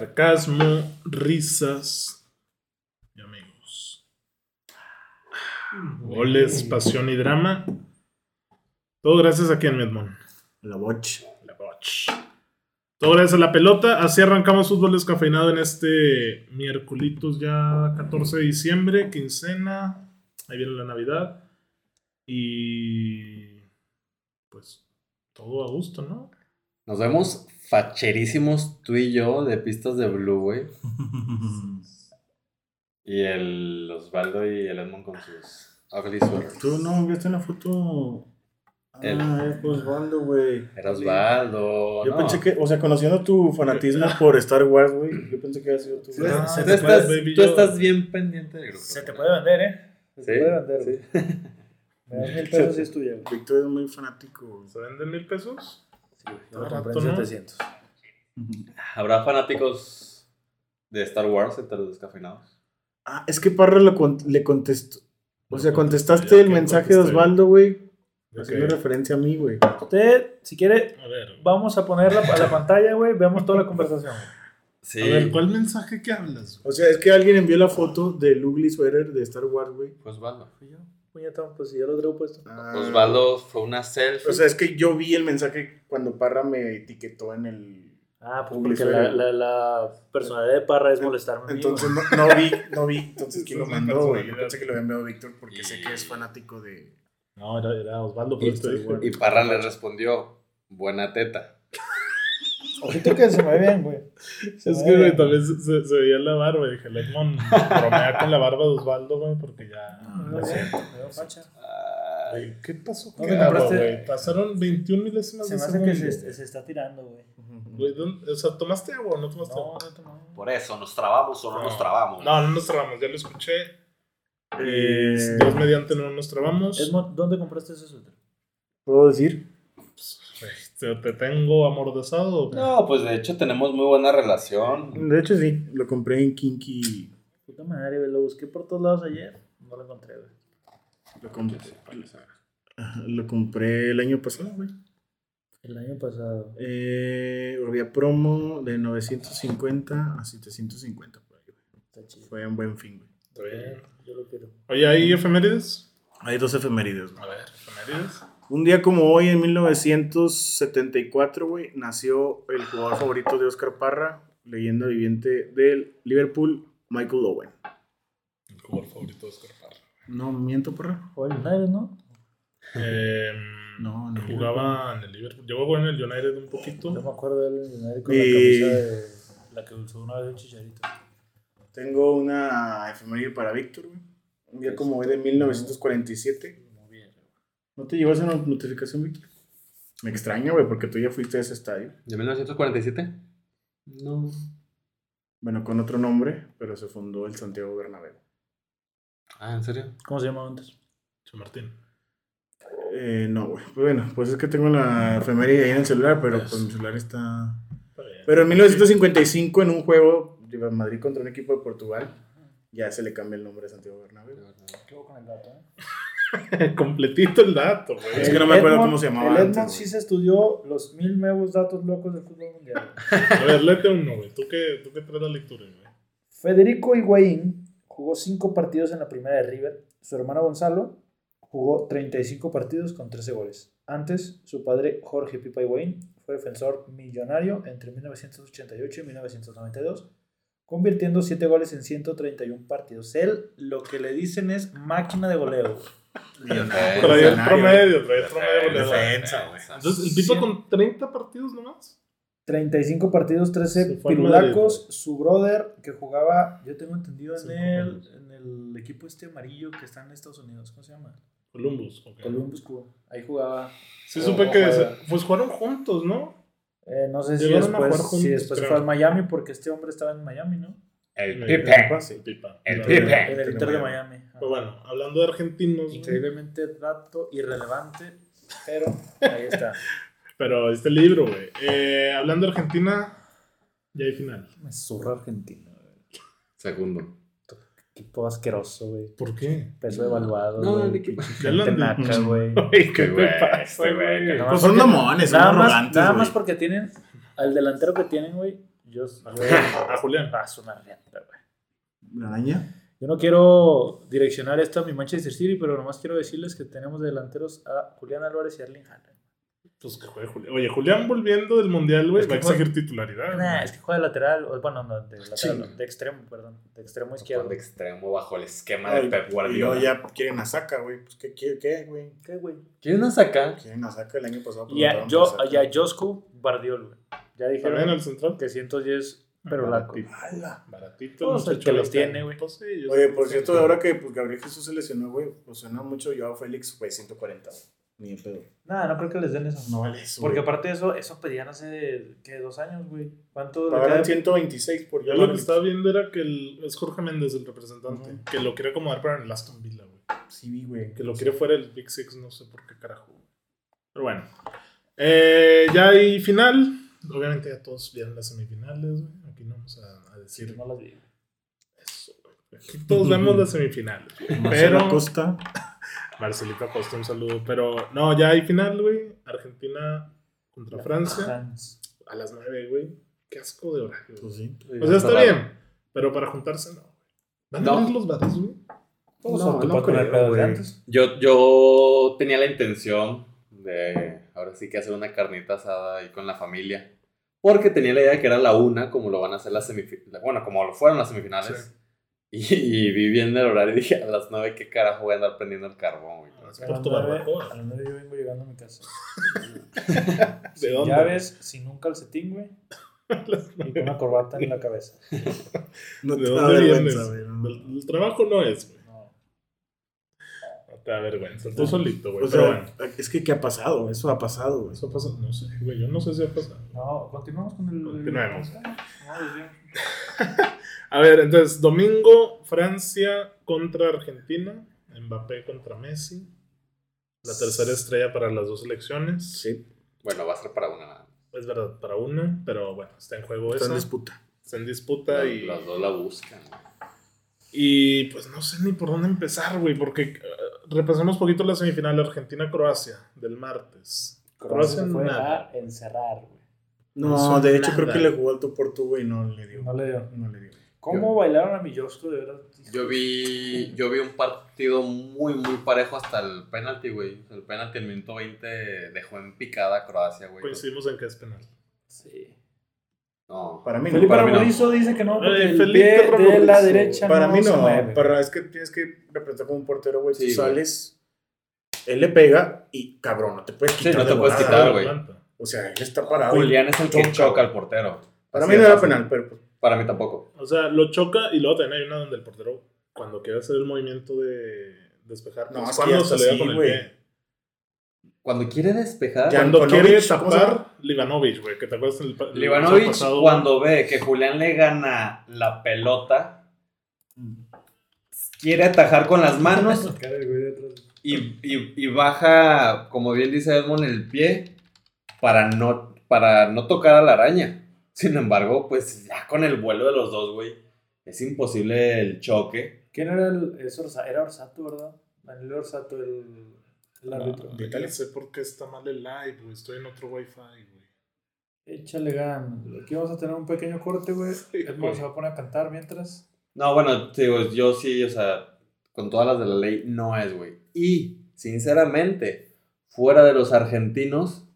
Sarcasmo, risas y amigos. Goles, pasión y drama. Todo gracias a Ken Medmon. La watch. La Boch. Todo gracias a la pelota. Así arrancamos fútbol descafeinado en este miércoles ya 14 de diciembre, quincena. Ahí viene la Navidad. Y pues todo a gusto, ¿no? Nos vemos facherísimos tú y yo de pistas de Blue, güey. Y el Osvaldo y el Edmond con sus ugly sweaters. Tú no enviaste una foto. Ah, El- es Osvaldo, güey. Era Osvaldo. Yo no. pensé que, o sea, conociendo tu fanatismo por Star Wars, güey, yo pensé que había sido tú. Tú, güey. Ah, tú se te estás, puede, baby, tú yo- estás bien pendiente del grupo. Se te puede vender, ¿eh? Se te puede vender. güey. Sí, sí. Me das mil pesos y es tuya. güey. Víctor es muy fanático. güey. ¿Se venden mil pesos? Sí, güey. Yo lo Ah, compré ¿tú en no? 700. ¿Habrá fanáticos de Star Wars entre los descafeinados? Ah, es que Parra lo con- le contestó. O sea, Ya contestaste el que mensaje de contesté. Osvaldo, güey, Ok. haciendo referencia a mí, güey. Usted, si quiere, A ver, vamos a ponerla a la pantalla, güey. Veamos toda la conversación. güey. Sí. a ver, ¿cuál mensaje que hablas? O sea, es que alguien envió la foto del ugly sweater de Star Wars, güey. Osvaldo. Fui yo. Puñetón, pues si yo lo traigo puesto. Ah. Osvaldo fue una selfie. O sea, es que yo vi el mensaje cuando Parra me etiquetó en el. Ah, pues porque Publicista. la, la, la personalidad de Parra es molestarme. a mí, Entonces no, no vi, no vi. Entonces, ¿quién lo Esa es la mandó, güey? Yo personalidad. pensé que lo había enviado Víctor porque sé que es Y- fanático de. No, era, era Osvaldo, y, pero estoy igual. y Parra le respondió, buena teta. güey. Ojito que se me ve bien, güey. Se Es me que, ve güey, bien. también se, se- se veía la barba. y Dije, Lemon, bromea con la barba de Osvaldo, güey, porque ya. Me veo no sé. bien, me veo facha. Ay, Güey, ¿Qué pasó? No, con te la barba, compraste- güey? Pasaron 21 milésimas Se de me hace que este. segundo. se, se está tirando, güey. Güey, ¿dónde- O sea, ¿tomaste agua o no tomaste No, agua? no, no. por eso, ¿nos trabamos o no, No. nos trabamos? No, no nos trabamos, ya lo escuché. Eh, Y Dios mediante no nos trabamos. Edmond, ¿dónde compraste ese suéter? ¿Puedo decir? Güey, ¿Te, Este, te tengo amordazado? o qué? No, pues de hecho tenemos muy buena relación. De hecho, sí. Lo compré en Kinky. Puta madre, güey. Lo busqué por todos lados ayer. No lo encontré, güey. Lo, com- lo compré el año pasado, güey. El año pasado. Eh, había promo de 950 a 750 por ahí, güey. Está chido. Fue un buen fin, güey. Está bien. Yo lo quiero. Oye, ¿hay efemérides? Hay dos efemérides, güey. A ver, efemérides. Un día como hoy, en 1974, güey, nació el jugador favorito de Oscar Parra, leyenda viviente del Liverpool, Michael Owen. El jugador favorito de Oscar Parra. No, miento, Parra. Fue el United, ¿no? Em, No, no. Jugaba en el Liverpool. Llegó a jugar en el United un Yo me poquito. acuerdo del United con Y- la camisa de la que usó una vez un chicharito. Tengo una efeméride para Víctor, güey. Un día como hoy de 1947. Muy bien. ¿No te llegó esa no- notificación, Víctor? Me extraña, güey, porque tú ya fuiste a ese estadio. ¿De 1947? No. Bueno, con otro nombre, pero se fundó el Santiago Bernabéu. Ah, ¿en serio? ¿Cómo se llamaba antes? San Martín. Eh, no, güey. Pues Bueno, pues es que tengo la efeméride ahí en el celular, pero pues mi celular está... Está bien. Pero en 1955, en un juego, Real Madrid contra un equipo de Portugal, ya se le cambia el nombre de Santiago Bernabéu. ¿Qué hubo con el dato, eh? Completito el dato, Es güey. que no me acuerdo cómo se llamaba El antes, Edmond güey. sí se estudió los mil nuevos datos locos del fútbol mundial. A ver, léete uno, güey. ¿Tú qué, tú qué traes la lectura, güey? Federico Higuaín jugó 5 partidos en la primera de River. Su hermano Gonzalo jugó 35 partidos con 13 goles. Antes, su padre Jorge Pipa Higuaín fue defensor millonario entre 1988 y 1992, convirtiendo 7 goles en 131 partidos. Él lo que le dicen es máquina de goleo. Defensa. Traía el Nadie, promedio, traía el promedio. Defensa, goleador. defensa, güey. Entonces, el tipo con 30 partidos nomás. 35 partidos, 13 Se fue al Madrid, pirulacos. Su brother que jugaba, yo tengo entendido, en Cinco el, goles. en el equipo este amarillo que está en Estados Unidos. ¿Cómo se llama? Columbus, ok. Columbus Cuba. Ahí jugaba. Sí, O- supe o que. juega. Pues jugaron juntos, ¿no? Eh, no sé si Llegaron a después, jugar juntos, si después creo. fue al Miami, porque este hombre estaba en Miami, ¿no? El Eh, Pipe. El Pipa. El La- Pipe. En el en Inter de Miami. Miami. Ajá. Pero Pues bueno, pues, hablando de argentinos. güey, Increíblemente dato irrelevante, pero ahí está. Pero este libro, güey. Eh, hablando de Argentina, ya hay final. Me zurra Argentina. güey. Segundo. Equipo asqueroso, güey. ¿Por qué? Peso devaluado, No, el güey. equipo- Pinche Ya lo gente han naca, dicho. güey. Güey, ¿qué Qué te güey, pasa, este güey, güey? que Pues Nada más son porque- mamones, son Nada más, arrogantes, nada güey. más porque tienen al delantero que tienen, güey. Yo, güey, A Julián. ah, es una riata, güey. La araña. Yo no quiero direccionar esto a mi Manchester City, pero nomás quiero decirles que tenemos de delanteros a Julián Álvarez y Erling Haaland. Pues que juegue Julián. Oye, Julián volviendo del mundial, güey, Es que va a juega- exigir titularidad. Nah, es que juega de lateral, o- bueno, no, de, lateral, Sí. no, de extremo, perdón, de extremo izquierdo. Jugando extremo bajo el esquema Ay, de Pep Y luego Guardiola. ya quieren a Saka, güey. Pues, ¿qué, qué, qué, güey? ¿Qué, güey? ¿Quieren a sacar? Quieren a Saka el año pasado. Y a, preguntaron yo, por Saka. y a Josco Bardiol, güey. Ya También al dijeron central. que 110, pero la... baratito. ¡Hala! Baratito. Pues, el muchacho que los ahí tiene, está. güey. Pues, sí, yo Oye, sé por que- cierto, ahora que pues, Gabriel Jesús se lesionó, güey, pues suena mucho yo a Félix, güey, 140, güey. Ni de pedo. Nada, no creo que les den eso. No vale eso. Porque güey. aparte de eso, eso pedían hace, ¿qué? Dos años, güey. ¿Cuánto le pagaron queda? 126 por Yo lo que estaba viendo era que el- es Jorge Méndez el representante, Ujú. que lo quiere acomodar para el Aston Villa, güey. Sí, vi, güey. Que lo quiere fuera el Big Six, no sé por qué carajo. güey. Pero bueno. Eh, ya hay final. Obviamente ya todos vieron las semifinales, güey. Aquí no vamos a, a decir No las vi. eso, güey. Aquí todos vemos las semifinales. güey. Pero. Costa. Marcelito Acosta, un saludo. Pero no, ya hay final, güey. Argentina contra Francia. Hans. A las 9, güey. Qué asco de horario. güey. Pues sí. O sea, está bien. Pero para juntarse, no. güey. ¿Van a No. abrir los bares, güey? Vamos No, a ocupar no con el creo, pedo de güey. antes. Yo, yo tenía la intención de ahora sí que hacer una carnita asada ahí con la familia. Porque tenía la idea de que era la una, como lo van a hacer las semifinales. Bueno, como lo fueron las semifinales. Y, y vi bien el horario y dije, a las nueve, ¿qué carajo voy a andar prendiendo el carbón? güey?" Es A por las tu nueve- barbacoa. a las nueve yo vengo llegando a mi casa. ¿De Sin dónde? llaves, sin un calcetín, güey. y con una corbata en la cabeza. No ¿De te da dónde vienes? vergüenza, güey. no. El, el trabajo no es, güey. No. No te da vergüenza. Tú solito, güey. O Pero sea, bueno, es que ¿qué ha pasado? Eso ha pasado, güey. eso pasa. No sé, güey. Yo no sé si ha pasado. No, continuamos con el. Continuemos. No, pues bien. A ver, entonces, domingo, Francia contra Argentina, Mbappé contra Messi. La tercera estrella para las dos selecciones. Sí. Bueno, va a ser para una. nada. Es verdad, para una, pero bueno, está en juego Está en esa. disputa. está en disputa Los- y, Los dos la buscan. güey. y pues no sé ni por dónde empezar, güey, porque eh, repasemos poquito la semifinal Argentina-Croacia del martes. Croacia Croacia se fue nada. a encerrar, güey. No, No, de hecho nada. creo que le jugó al tú por tú, güey, no le dio. No le dio. No le dio. ¿Cómo bailaron a mi Josko, de verdad? Yo vi, yo vi un partido muy, muy parejo hasta el penalti, güey. El penalti, el minuto 20, dejó en picada a Croacia, güey. Coincidimos en que es penal. Sí. No. Para mí no. Felipe para mí no. Ramurizo dice que no, porque Ay, el Eh, Felipe pie de la Ramurizo. derecha Para no mí se mueve. no. Para, es que tienes que representar como un portero, güey. Sí, Tú güey. sales, él le pega y cabrón, no te puedes Sí, quitar. no de te puedes volada, quitar, güey. güey. Atlanta. O sea, él está parado. Ah, Julián es el que Choca, choca güey. al portero. Para Así mí no de era fácil. penal, pero pues, Para mí tampoco. O sea, lo choca y luego también hay una donde el portero, cuando quiere hacer el movimiento de despejar, No, pues, es que cuando ya se está le da así, con el güey. pie. Cuando quiere despejar, Ya. Cuando Jankovic, quiere ¿cómo se llama? tapar Livanovic, güey, que te acuerdas en el, pa- el episodio Livanovic, pasado, cuando ve que Julián le gana la pelota, quiere atajar con las manos Cara del güey de atrás. y, y- y baja, como bien dice Edmond, el pie para no, para no tocar a la araña. Sin embargo, pues ya con el vuelo de los dos, güey, es imposible el choque. ¿Quién era el. es Orsa- era Orsato, ¿verdad? Daniel Orsato, el, el árbitro. de Italia. No sé por qué está mal el live, güey. Estoy en otro wifi, güey. Échale ganas. Aquí vamos a tener un pequeño corte, güey. Edmond güey. se va a poner a cantar mientras. No, bueno, te digo, yo sí, o sea, con todas las de la ley, no es, güey. Y, sinceramente, fuera de los argentinos,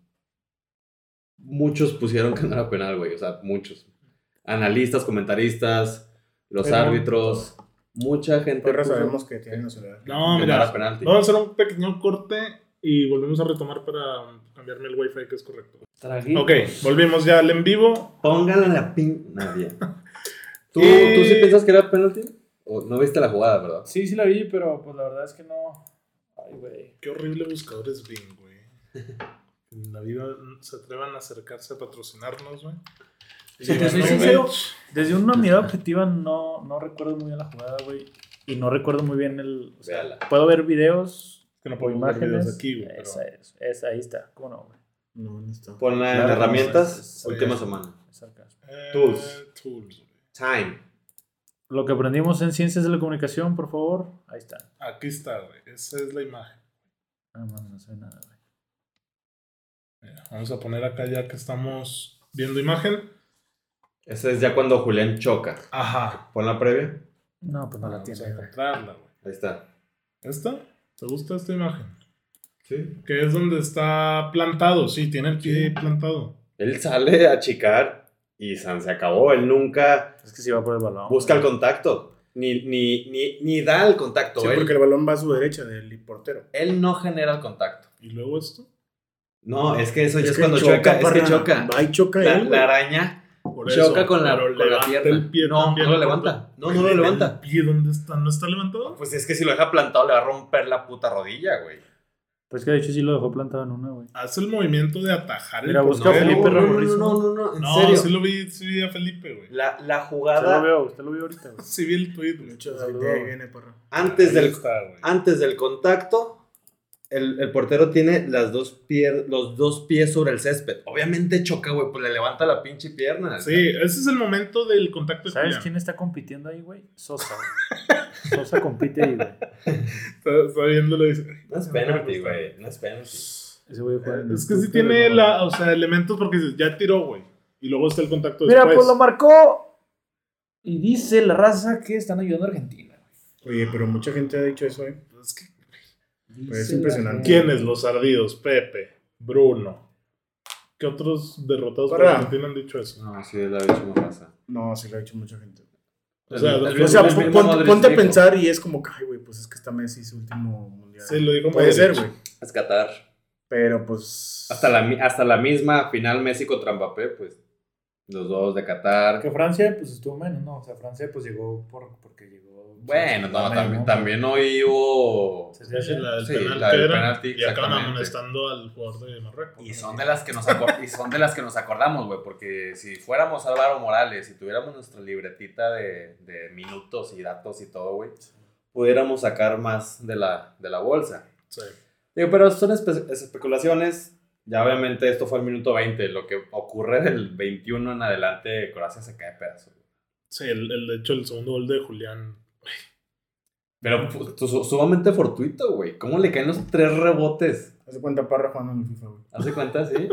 muchos pusieron que no era penal, güey. O sea, muchos. Analistas, comentaristas, los Pero- árbitros, mucha gente. perra puso sabemos que tiene nacionalidad. No, que no era mira. penalti. Vamos a hacer un pequeño corte y volvemos a retomar para cambiarme el wifi que es correcto. Traguito. Ok, volvimos ya al en vivo. Póngale la pin. Nadie. ¿Tú, Y- ¿Tú sí piensas que era penalti? ¿O no viste la jugada, verdad? Sí, sí la vi, pero pues la verdad es que no. Ay, güey. Qué horrible buscador es Bing, güey. En la vida se atrevan a acercarse a patrocinarnos, güey. Si te soy Livanovic, sincero, desde una mirada objetiva no, no recuerdo muy bien la jugada, güey. Y no recuerdo muy bien el. o sea, Véala. puedo ver videos Que no o puedo imágenes. aquí, güey. pero- Esa es, esa, ahí está. ¿Cómo no, güey? No, no está. Ponla en Claro, herramientas, no sé, sí. última semana. Es sarcasmo. Eh, Tools. Tools, güey. Time. Lo que aprendimos en ciencias de la comunicación, por favor. Ahí está. Aquí está, güey. Esa es la imagen. Ah, mami, no se ve nada, güey. Mira, vamos a poner acá ya que estamos viendo imagen. Ese es ya cuando Julián choca. Ajá. Pon la previa. No, pues no la Vamos tiene. a encontrarla, güey. Ahí está. ¿Esta? ¿Te gusta esta imagen? Sí. Que es donde está plantado, sí, tiene el pie plantado. Él sale a chicar y San se acabó. Él nunca Es que si va por el balón. busca el contacto. Ni, ni, ni, ni da el contacto. Sí, él, porque el balón va a su derecha del portero. él no genera el contacto. ¿Y luego esto? No, es que eso ya es, que cuando choca. Es que parra. choca. Va y choca La, él. la güey. araña Por choca eso, con la, pero con la levanta pierna. el pie no, también, no lo ¿no? levanta. No, no lo ¿El levanta. pie dónde está? ¿No está levantado? Pues es que si lo deja plantado le va a romper la puta rodilla, güey. Pues que de hecho sí lo dejó plantado en una, güey. Hace el movimiento de atajar el Mira, busca portero, Felipe güey. Ramos. no, no, no, en No, serio. sí lo vi, sí vi a Felipe, güey. La, la Usted lo jugada veo, usted lo vio ahorita, güey. Sí vi el tweet, güey. Muchas Saludos. gracias. Ahí viene, parra. antes Ahí del, está, güey. antes del contacto, el, el portero tiene las dos pier- los dos pies sobre el césped. Obviamente choca, güey, pues le levanta la pinche pierna. Sí, ese es el momento del contacto de ¿Sabes Julián. quién está compitiendo ahí, güey? Sosa. güey. Sosa compite ahí, güey. Está, está viéndolo y dice, No es penalty, güey. No es penalty. Ese güey juega en el Es que sí Twitter, tiene güey. la, o sea, elementos porque dices, ya tiró, güey. Y luego está el contacto Mira, después. pues lo marcó. Y dice la raza que están ayudando a Argentina. Ah. Oye, pero mucha gente ha dicho eso, ¿eh? Es que- Pues es Dice la impresionante. gente. ¿Quiénes? Los ardidos, Pepe, Bruno. ¿Qué otros derrotados por Parra. Argentina han dicho eso? No, sí, la misma pasa. No, sí lo ha dicho mucha gente. O sea, O sea, El pon- ponte, ponte a pensar y es como, que, ay, güey, pues es que está Messi su último mundial. Sí, lo dijo Puede ser, Modric. güey. Es Qatar. Pero pues. Hasta la, mi- hasta la misma final Messi contra Mbappé, pues. Los dos de Qatar. Que Francia, pues estuvo menos, ¿no? O sea, Francia, pues llegó por, porque llegó. Bueno, no, Menos, también, ¿no? también hoy hubo. Se hace- La del Sí, penal la del que era, penalti, y acaban exactamente. amonestando al jugador de Marruecos. Y son de las que nos, acor- y son de las que nos acordamos, güey, porque si fuéramos Álvaro Morales y tuviéramos nuestra libretita de, de minutos y datos y todo, güey, pudiéramos sacar más de la, de la bolsa. Sí. Digo, pero son espe- es- especulaciones. Ya obviamente esto fue el minuto 20. Lo que ocurre del 21 en adelante, Croacia se cae a pedazos. güey. Sí, el, el- de hecho, el segundo gol de Julián. Pero pues, su- sumamente fortuito, güey. ¿Cómo le caen los tres rebotes? Hace cuenta Parra jugando en el FIFA, güey. ¿Hace cuenta, sí?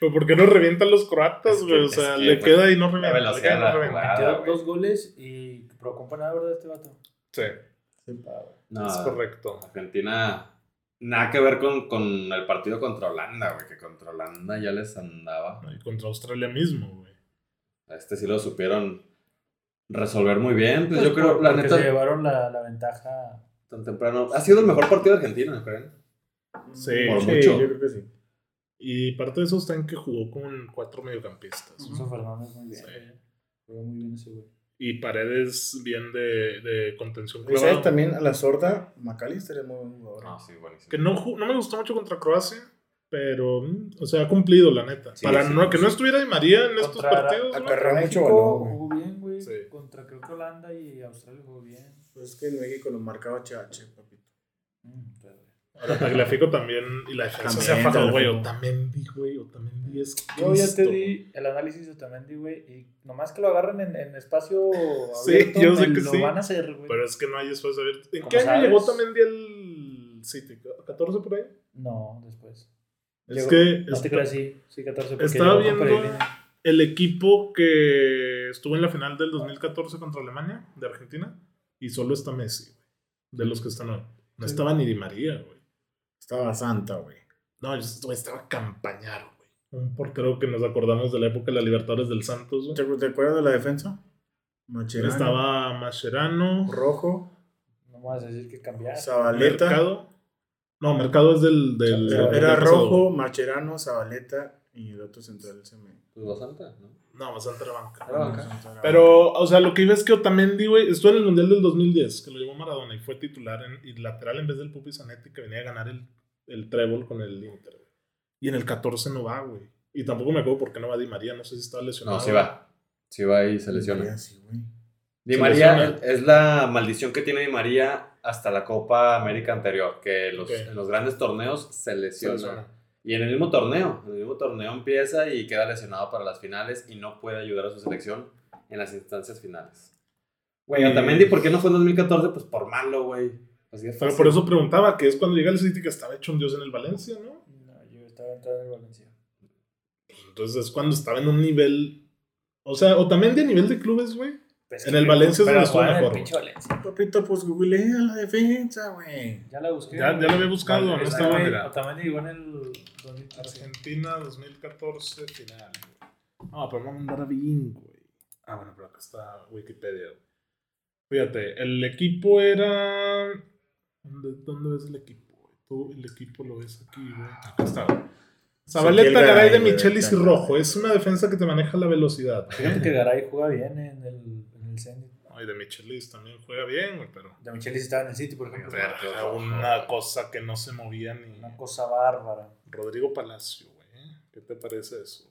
Pero ¿por qué no revientan los croatas, Es que- güey? o es sea, que, le güey, queda y no la revienta. le velocidad queda y no de la revienta. jugada. Quedó Ah, güey. dos goles y. Pero compa nada, ¿verdad? Este vato. Sí, Sí. No, es correcto. Argentina, nada que ver con, con el partido contra Holanda, güey, que contra Holanda ya les andaba. Y contra Australia mismo, güey. A este sí lo supieron resolver muy bien. Pues yo Pues, creo, por- la porque neta, se llevaron la, la ventaja. tan temprano. Ha sido el mejor partido de Argentina, ¿no creen? Sí. Por sí, mucho. yo creo que sí. Y parte de eso está en que jugó con cuatro mediocampistas. Suso Fernández muy bien. Sí. Jugó muy bien ese güey. Y paredes bien de, de contención Y sabes clavada. también a la sorda, McAllister es muy buen jugador. No, sí, buenísimo. Que no, ju- no me gustó mucho contra Croacia, pero, mm, o sea, ha cumplido, la neta. Sí, Para sí, no, que sí. no estuviera Di María en estos Contra- partidos, güey. Acarreó mucho México balón, güey. jugó bien, güey. Sí. Contra creo que Holanda y Australia jugó bien. Pues es que en México lo marcaba CH, papito. Mm, pero- Ahora Tagliafico también, y la defensa También, se ha fajado, güey. Tagliafico. O también di, güey, o también di es Yo ya te Cristo, di el análisis de Otamendi, güey, y nomás que lo agarren en, en espacio Sí, abierto, yo sé me que lo sí. van a hacer, güey. Pero es que no hay espacio abierto. ¿En Como qué año sabes. llegó también el City? ¿14 por ahí? No, después. es Llegó- que No te está- creas, sí, sí, 14. porque estaba llegó con viendo- Pellegrini. el equipo que estuvo en la final del 2014 contra Alemania, de Argentina, y solo está Messi, güey, de los que están hoy. No Sí. estaba ni Di María, güey. Estaba santa, güey. No, yo- güey, estaba Campañaro, güey. Un portero que nos acordamos de la época de la Libertadores del Santos, güey. ¿Te, te acuerdas de la defensa? Macherano, Estaba Mascherano, Rojo, No me vas a decir que cambiar. Zabaleta. Mercado. No, Mercado es del... del Era, del era pasado, Rojo, güey. Macherano, Zabaleta y el otro central se me. Pues bastante, ¿no? No, más ante Ah, la banca. Era banca. Pero, o sea, lo que iba es que Otamendi, güey, estuvo en el Mundial del 2010, que lo llevó Maradona y fue titular en, y lateral en vez del Pupi Zanetti, que venía a ganar el, el trébol con el Inter, güey. Y en el 14 no va, güey. Y tampoco me acuerdo por qué no va Di María, no sé si estaba lesionado. No, sí va. Sí va y se lesiona. Sí, güey. Di Se María lesiona. es la maldición que tiene Di María hasta la Copa América anterior, que los- Ok. en los grandes torneos se Se lesiona. lesiona. Y en el mismo torneo, en el mismo torneo empieza y queda lesionado para las finales y no puede ayudar a su selección en las instancias finales. Güey, Otamendi, ¿por qué no fue en 2014? Pues por malo, güey. Así de Pero fácil. por eso preguntaba, que es cuando llega el City que estaba hecho un dios en el Valencia, ¿no? No, yo estaba entrando en el Valencia. Entonces es cuando estaba en un nivel O sea, o también de nivel de clubes, güey. Pues En que- el Valencia es pero donde estuvo juega en el mejor, pinche Valencia. Papito, pues googlea la defensa, güey. Ya la busqué. Ya, ya lo había buscado, no Está, estaba güey, mirando. Otamendi llegó en el 2013. Argentina 2014 final. güey. No, pero vamos a mandar a Beijing, güey. Ah, bueno, pero acá está Wikipedia. güey. Fíjate, el equipo era. ¿Dónde, dónde ves el equipo? güey? Tú el equipo lo ves aquí, güey. Acá está. güey. Zabaleta, Garay, Garay de güey, Michelis y acá. Rojo. Es una defensa que te maneja la velocidad. güey. Fíjate que Garay juega bien en el, en el Zenit. Ay, de Michelis también juega bien, güey, pero. De Michelis estaba en el City, por ejemplo. Era una cosa que no se movía ni. Una cosa bárbara. Rodrigo Palacio, güey. ¿Qué te parece eso?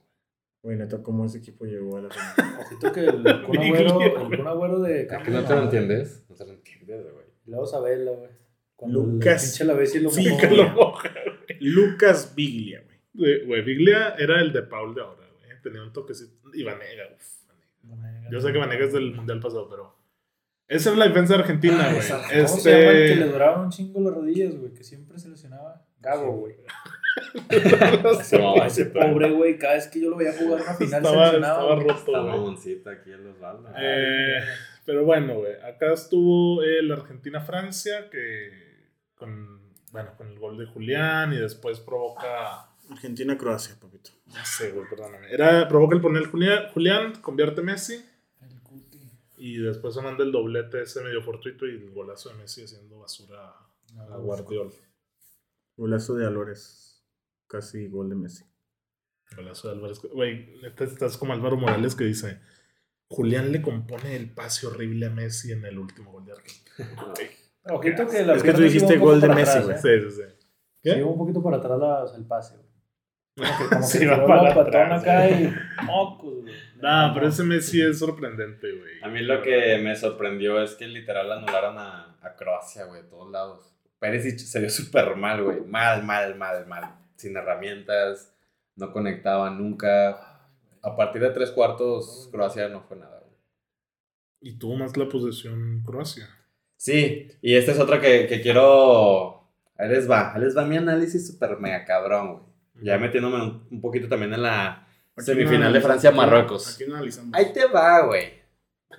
Güey, neta, cómo ese equipo llegó a la final. Ojito que el Kun Agüero, el Kun Agüero de Es que no te lo entiendes. No te lo entiendes, Pues, güey. Y luego Sabela, güey. Cuando Lucas. el Pinche la vez y lo Sí, mojó, Que güey. lo moja. Lucas Biglia, güey. Güey, güey, Biglia era el de Paul de ahora, güey. Tenía un toquecito. Y Vanega, uf, Vanega. Yo sé que Vanega es del mundial pasado, pero. Esa es la defensa argentina, Ah, güey. esa- ¿Cómo se llama el que le Este. duraban un chingo las rodillas, güey? Que siempre se lesionaba. Gago, güey. Este, Se mamaba, Ese se mamaba. pobre güey, cada vez que yo lo veía jugar una final Estaba- se lesionaba. estaba güey. roto, Está güey. mamoncita aquí en los baldas. Eh, pero bueno, güey. Acá estuvo el Argentina-Francia, que. Con, bueno, con el gol de Julián y después provoca. Argentina-Croacia, papito. No sé, güey, perdóname. Era, provoca el poner Julián, Julián convierte a Messi. El cuti. Y después se manda el doblete ese medio fortuito y el golazo de Messi haciendo basura a, a Guardiola. Golazo de Alores. Casi gol de Messi. Golazo de Álvarez. Güey, neta, estás como Álvaro Morales que dice: Julián le compone el pase horrible a Messi en el último gol de Argentina. Güey, Ojito que la Es que tú pierna sí dijiste iba un gol de poco para Messi, atrás, güey. ¿eh? sí, sí, sí. ¿Qué? Se llevó un poquito para atrás las- el pase, güey. Como que, como Se que iba tiró para la patona atrás, acá y mocos, güey. Nah, pero ese Messi es sorprendente, güey. A mí lo que me sorprendió es que literal anularon a, a Croacia, güey, de todos lados. Perisic se vio súper mal, güey. Mal, mal, mal, mal. Sin herramientas, no conectaba nunca. A partir de tres cuartos, Croacia no fue nada, güey. Y tuvo más la posesión Croacia. Sí, y esta es otra que, que quiero... Ahí les va, ahí les va mi análisis súper mega cabrón, güey. Ya metiéndome un, un poquito también en la Aquí semifinal no de analizamos- Francia-Marruecos. Aquí no analizamos. Ahí te va, güey.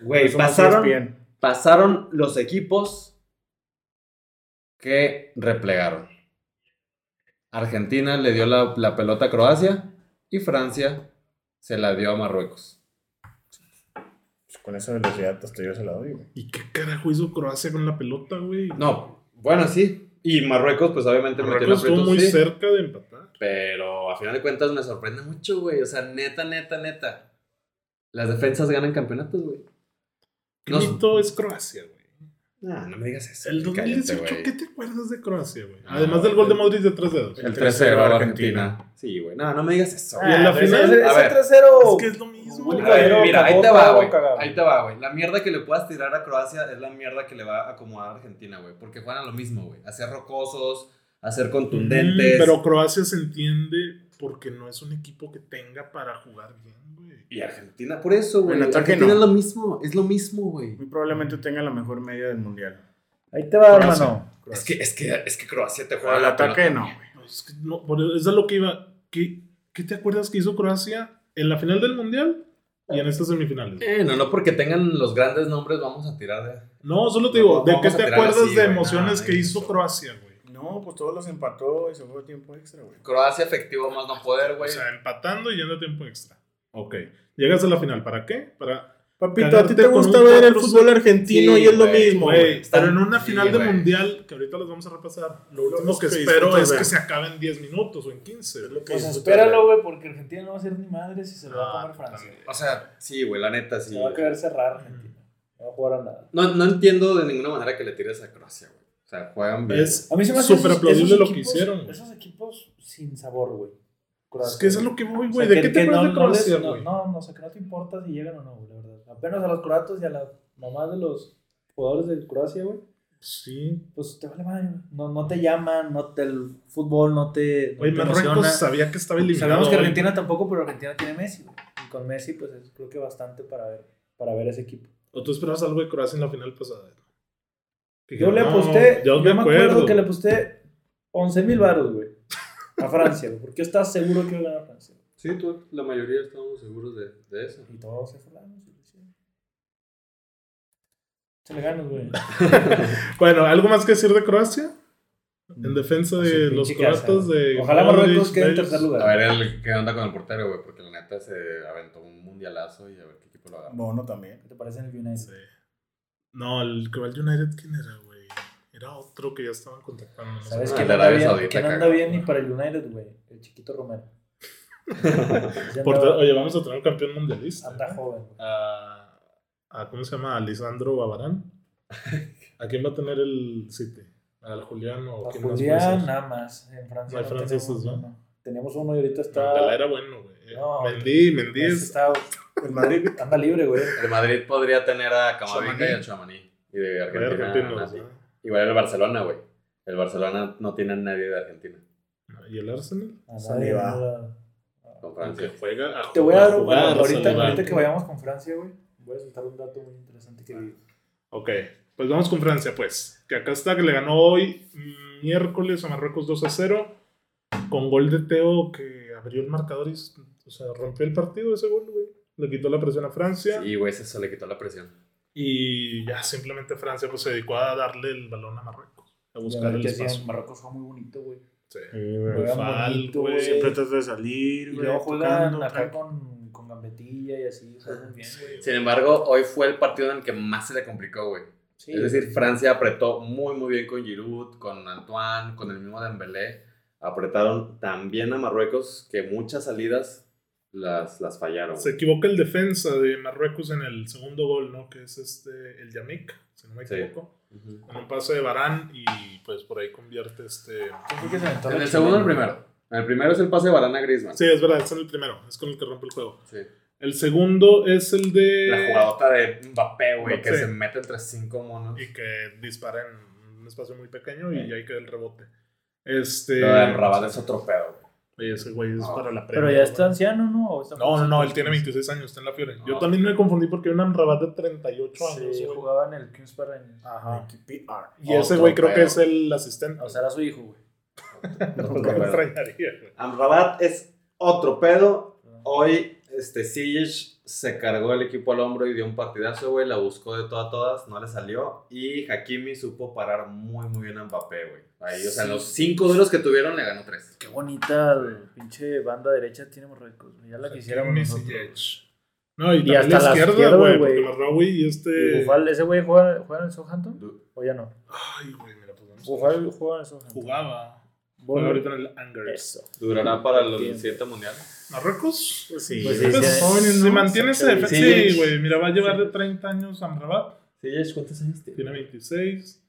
Güey, Eso no se pasaron... despiden. pasaron los equipos que replegaron. Argentina le dio la, la pelota a Croacia y Francia se la dio a Marruecos. Pues con esa velocidad hasta yo se la doy, güey. ¿Y qué carajo hizo Croacia con la pelota, güey? No, bueno, sí. Y Marruecos, pues obviamente metió en Marruecos estuvo aprietos, muy sí. cerca de empatar. Pero a final de cuentas me sorprende mucho, güey. O sea, neta, neta, neta. Las defensas ganan campeonatos, güey. ¿Qué No- mito es Croacia, güey? Nah, no me digas eso. El Cállate, 2018, güey. ¿qué te acuerdas de Croacia, güey? Ah, Además del gol de güey. Modric de 3 dedos. El El 3-0 3-0 a a Argentina. Argentina. Sí, güey. No, no me digas eso. Y en la Ah, pero final- ese- a ver. Ese 3-0. Es que es lo mismo. Uy, güey. A ver, Pero mira, ahí cagó, te va, cagó, güey. cagó. Ahí te va, güey. La mierda que le puedas tirar a Croacia es la mierda que le va a acomodar a Argentina, güey. Porque juegan a lo mismo, güey. Hacer rocosos, hacer contundentes. Mm, Pero Croacia se entiende porque no es un equipo que tenga para jugar bien, güey. Y Argentina, por eso, güey. En ataque Argentina no. es lo mismo, es lo mismo, güey. Muy probablemente tenga la mejor media del mundial. Ahí te va, Croacia. hermano. Es que, es, que, es que Croacia te Pero juega el la ataque pelota. no, güey. No, es que no, por eso- eso es lo que iba. ¿Qué, qué te acuerdas que hizo Croacia en la final del Mundial y en estas semifinales? güey? Eh, no, no porque tengan los grandes nombres vamos a tirar de... No, solo te digo, No, ¿de vamos qué a te tirar acuerdas así, de güey. emociones Ah, que hizo eso. Croacia, güey? No, pues todos los empató y se fue a tiempo extra, güey. Croacia efectivo más no poder, O güey. sea, empatando y yendo a tiempo extra. Ok. Llegas a la final, ¿para qué? Para Papito, ¿a ti te Cagarte con gusta un ver el 4-0. fútbol argentino Sí, y es lo güey, mismo, Güey, güey? está- pero en una sí, final de güey. mundial, que ahorita los vamos a repasar, lo último Lo que, que espero disfrutas es ver. que se acabe en 10 minutos o en 15. Es lo que Pues dices, espéralo, güey, porque Argentina no va a ser ni madre si se lo va a Ah, comer Francia. también. O sea, sí, güey, la neta, sí. Se va a querer cerrar Argentina. No va a jugar a nada. No, no entiendo de ninguna manera que le tires a Croacia, güey. O sea, juegan bien. Es, A mí se me hace Súper esos- aplaudible esos lo que equipos- hicieron, güey. Esos equipos sin sabor, güey. es que eso es lo que voy, O sea, güey. ¿De que- qué te que acuerdas no- de no les- Croacia, No, güey? no, no, o sea, que no te importa si llegan o no, güey, la verdad. Apenas a los croatos y a las mamás de los jugadores de Croacia, güey. Sí. Pues te vale madre, güey. No, no te llaman, no te, el fútbol no te, no Güey, te Marruecos emociona. sabía que estaba eliminado. Sabemos que güey. Argentina tampoco, pero Argentina tiene Messi, güey. Y con Messi, pues es- creo que bastante para ver, para ver ese equipo. ¿O tú esperabas algo de Croacia en la final pasada? Que Yo le no, aposté, yo yo, me me acuerdo, acuerdo. que le aposté 11 mil baros, güey, a Francia, güey, porque yo estaba seguro que iba a ganar Francia. Sí, tú, la mayoría estábamos seguros de, de eso. Y todos se fularon. se lo hicieron. Se le ganas, güey. Bueno, ¿algo más que decir de Croacia? Mm. En defensa Pues de el los pinche casa, croatas güey. de. Ojalá Modric, Marruecos quede en Bale. tercer A ver lugar. el, qué onda con el portero, güey, porque la neta se aventó un mundialazo y a ver qué equipo lo agarra. Bono también. ¿Qué te parece en el United? Sí. No, el que va al United, ¿quién era, güey? Era otro que ya estaban contactando. no sé. ¿Sabes Ah, que el no de anda Arabia bien? Saudita, Que no anda caga. bien ni para el United, güey. El chiquito Romero. Ese Por- andaba- oye, vamos a tener un campeón mundialista. Anda ¿eh? joven, güey. Ah. A, a- ¿Cómo se llama? A Lisandro Babarán. ¿A quién va a tener el City? ¿Al Julián o A quién más puede Julián, ser? nada más. En Francia. No hay franceses, tenemos ¿no? uno. Teníamos uno y ahorita está. Dybala Ah, era bueno, güey. No, Mendy, Mendy ese es. está- El Madrid. Anda libre, güey. El Madrid podría tener a Camavinga Tchouaméni. y a Chamaní. Y de de Argentina. argentinos, Nati. ¿no? Igual el Barcelona, güey. El Barcelona no tiene a nadie de Argentina. ¿Y el Arsenal? A Se nadie, le va. nada. Con Aunque Francia. juega a Te voy a dar jugar, bueno, se le ahorita, va. ahorita que vayamos con Francia, güey. Voy a soltar un dato muy interesante que vi. Ok, pues vamos con Francia, pues. Que acá está, que le ganó hoy mm, miércoles a Marruecos 2 a 0. Con gol de Teo que abrió el marcador y o sea, rompió el partido ese gol, güey. Le quitó la presión a Francia. Y, güey, eso le quitó la presión. Y ya simplemente Francia pues, se dedicó a darle el balón a Marruecos. A buscar el Que espacio. hacían, Marruecos fue muy bonito, güey. Sí. Juegan Fal, bonito, güey. güey. Siempre tratas de salir, Y güey, luego juegan tocando, acá tranqui. con, con gambetilla y así. Juegan muy bien, güey. Sin embargo, hoy fue el partido en el que más se le complicó, güey. Sí, es decir, Francia apretó muy, muy bien con Giroud, con Antoine, con el mismo Dembélé. Apretaron también a Marruecos, que muchas salidas las, las fallaron. Se equivoca el defensa de Marruecos en el segundo gol, ¿no? Que es este, el Yamik, si no me Sí. equivoco. Ujú. En un pase de Barán y pues por ahí convierte este... ¿Quién fue que se aventó En la el segundo, el chilena? primero. En el primero es el pase de Barana Griezmann. Sí, es verdad, es en el primero, es con el que rompe el juego. Sí. El segundo es el de... La jugadota de Mbappé, güey, que Sí. se mete entre cinco monos. Y que dispara en un espacio muy pequeño y ahí queda el rebote. Este... Lo del Rabat es otro pedo, güey. Oye, ese güey es No. para la Ah. Pero Premier, ya güey. está anciano, ¿no? ¿O está No, no, no, él tiene jovencito? 26 años, está en la Fiore. Yo Ah. también me confundí porque era un Rabat de 38 años. Sí, güey. jugaba en el Kings para niños. Ajá. PR. Y ese Otro güey creo que pedo. es el asistente. O sea, era su hijo, güey. no otro me pedo. extrañaría, güey. Amrabat es otro pedo. Oh. Hoy, este, Siege se cargó el equipo al hombro y dio un partidazo, güey. La buscó de todas, todas, no le salió. Y Hakimi supo parar muy, muy bien a Mbappé, güey. Ahí, o sea, en los cinco duelos que tuvieron, le ganó tres. Qué bonita güey, pinche banda derecha tiene Marruecos. güey. Ya la quisiéramos Kimi nosotros. Ziyech. No, y, Y también hasta la la izquierda, izquierda, güey, güey. porque Marraui y ¿Y este... Bufal, ese güey juega, juega en el Southampton? Du- ¿O ya no? Ay, güey, mira, pues vamos a- Bufal juega en el Southampton. Jugaba. Bueno, Juega ahorita en el Angers. Eso. Durará para los Entiendo. siguiente mundial. ¿Marruecos? Pues sí. Pues sí, Pues, sí, si sí. mantiene ese Sí, defensa. sí. Sí, güey, mira, va a llevar de 30 años Amrabat. Siege, ¿cuántos años Tiene 26.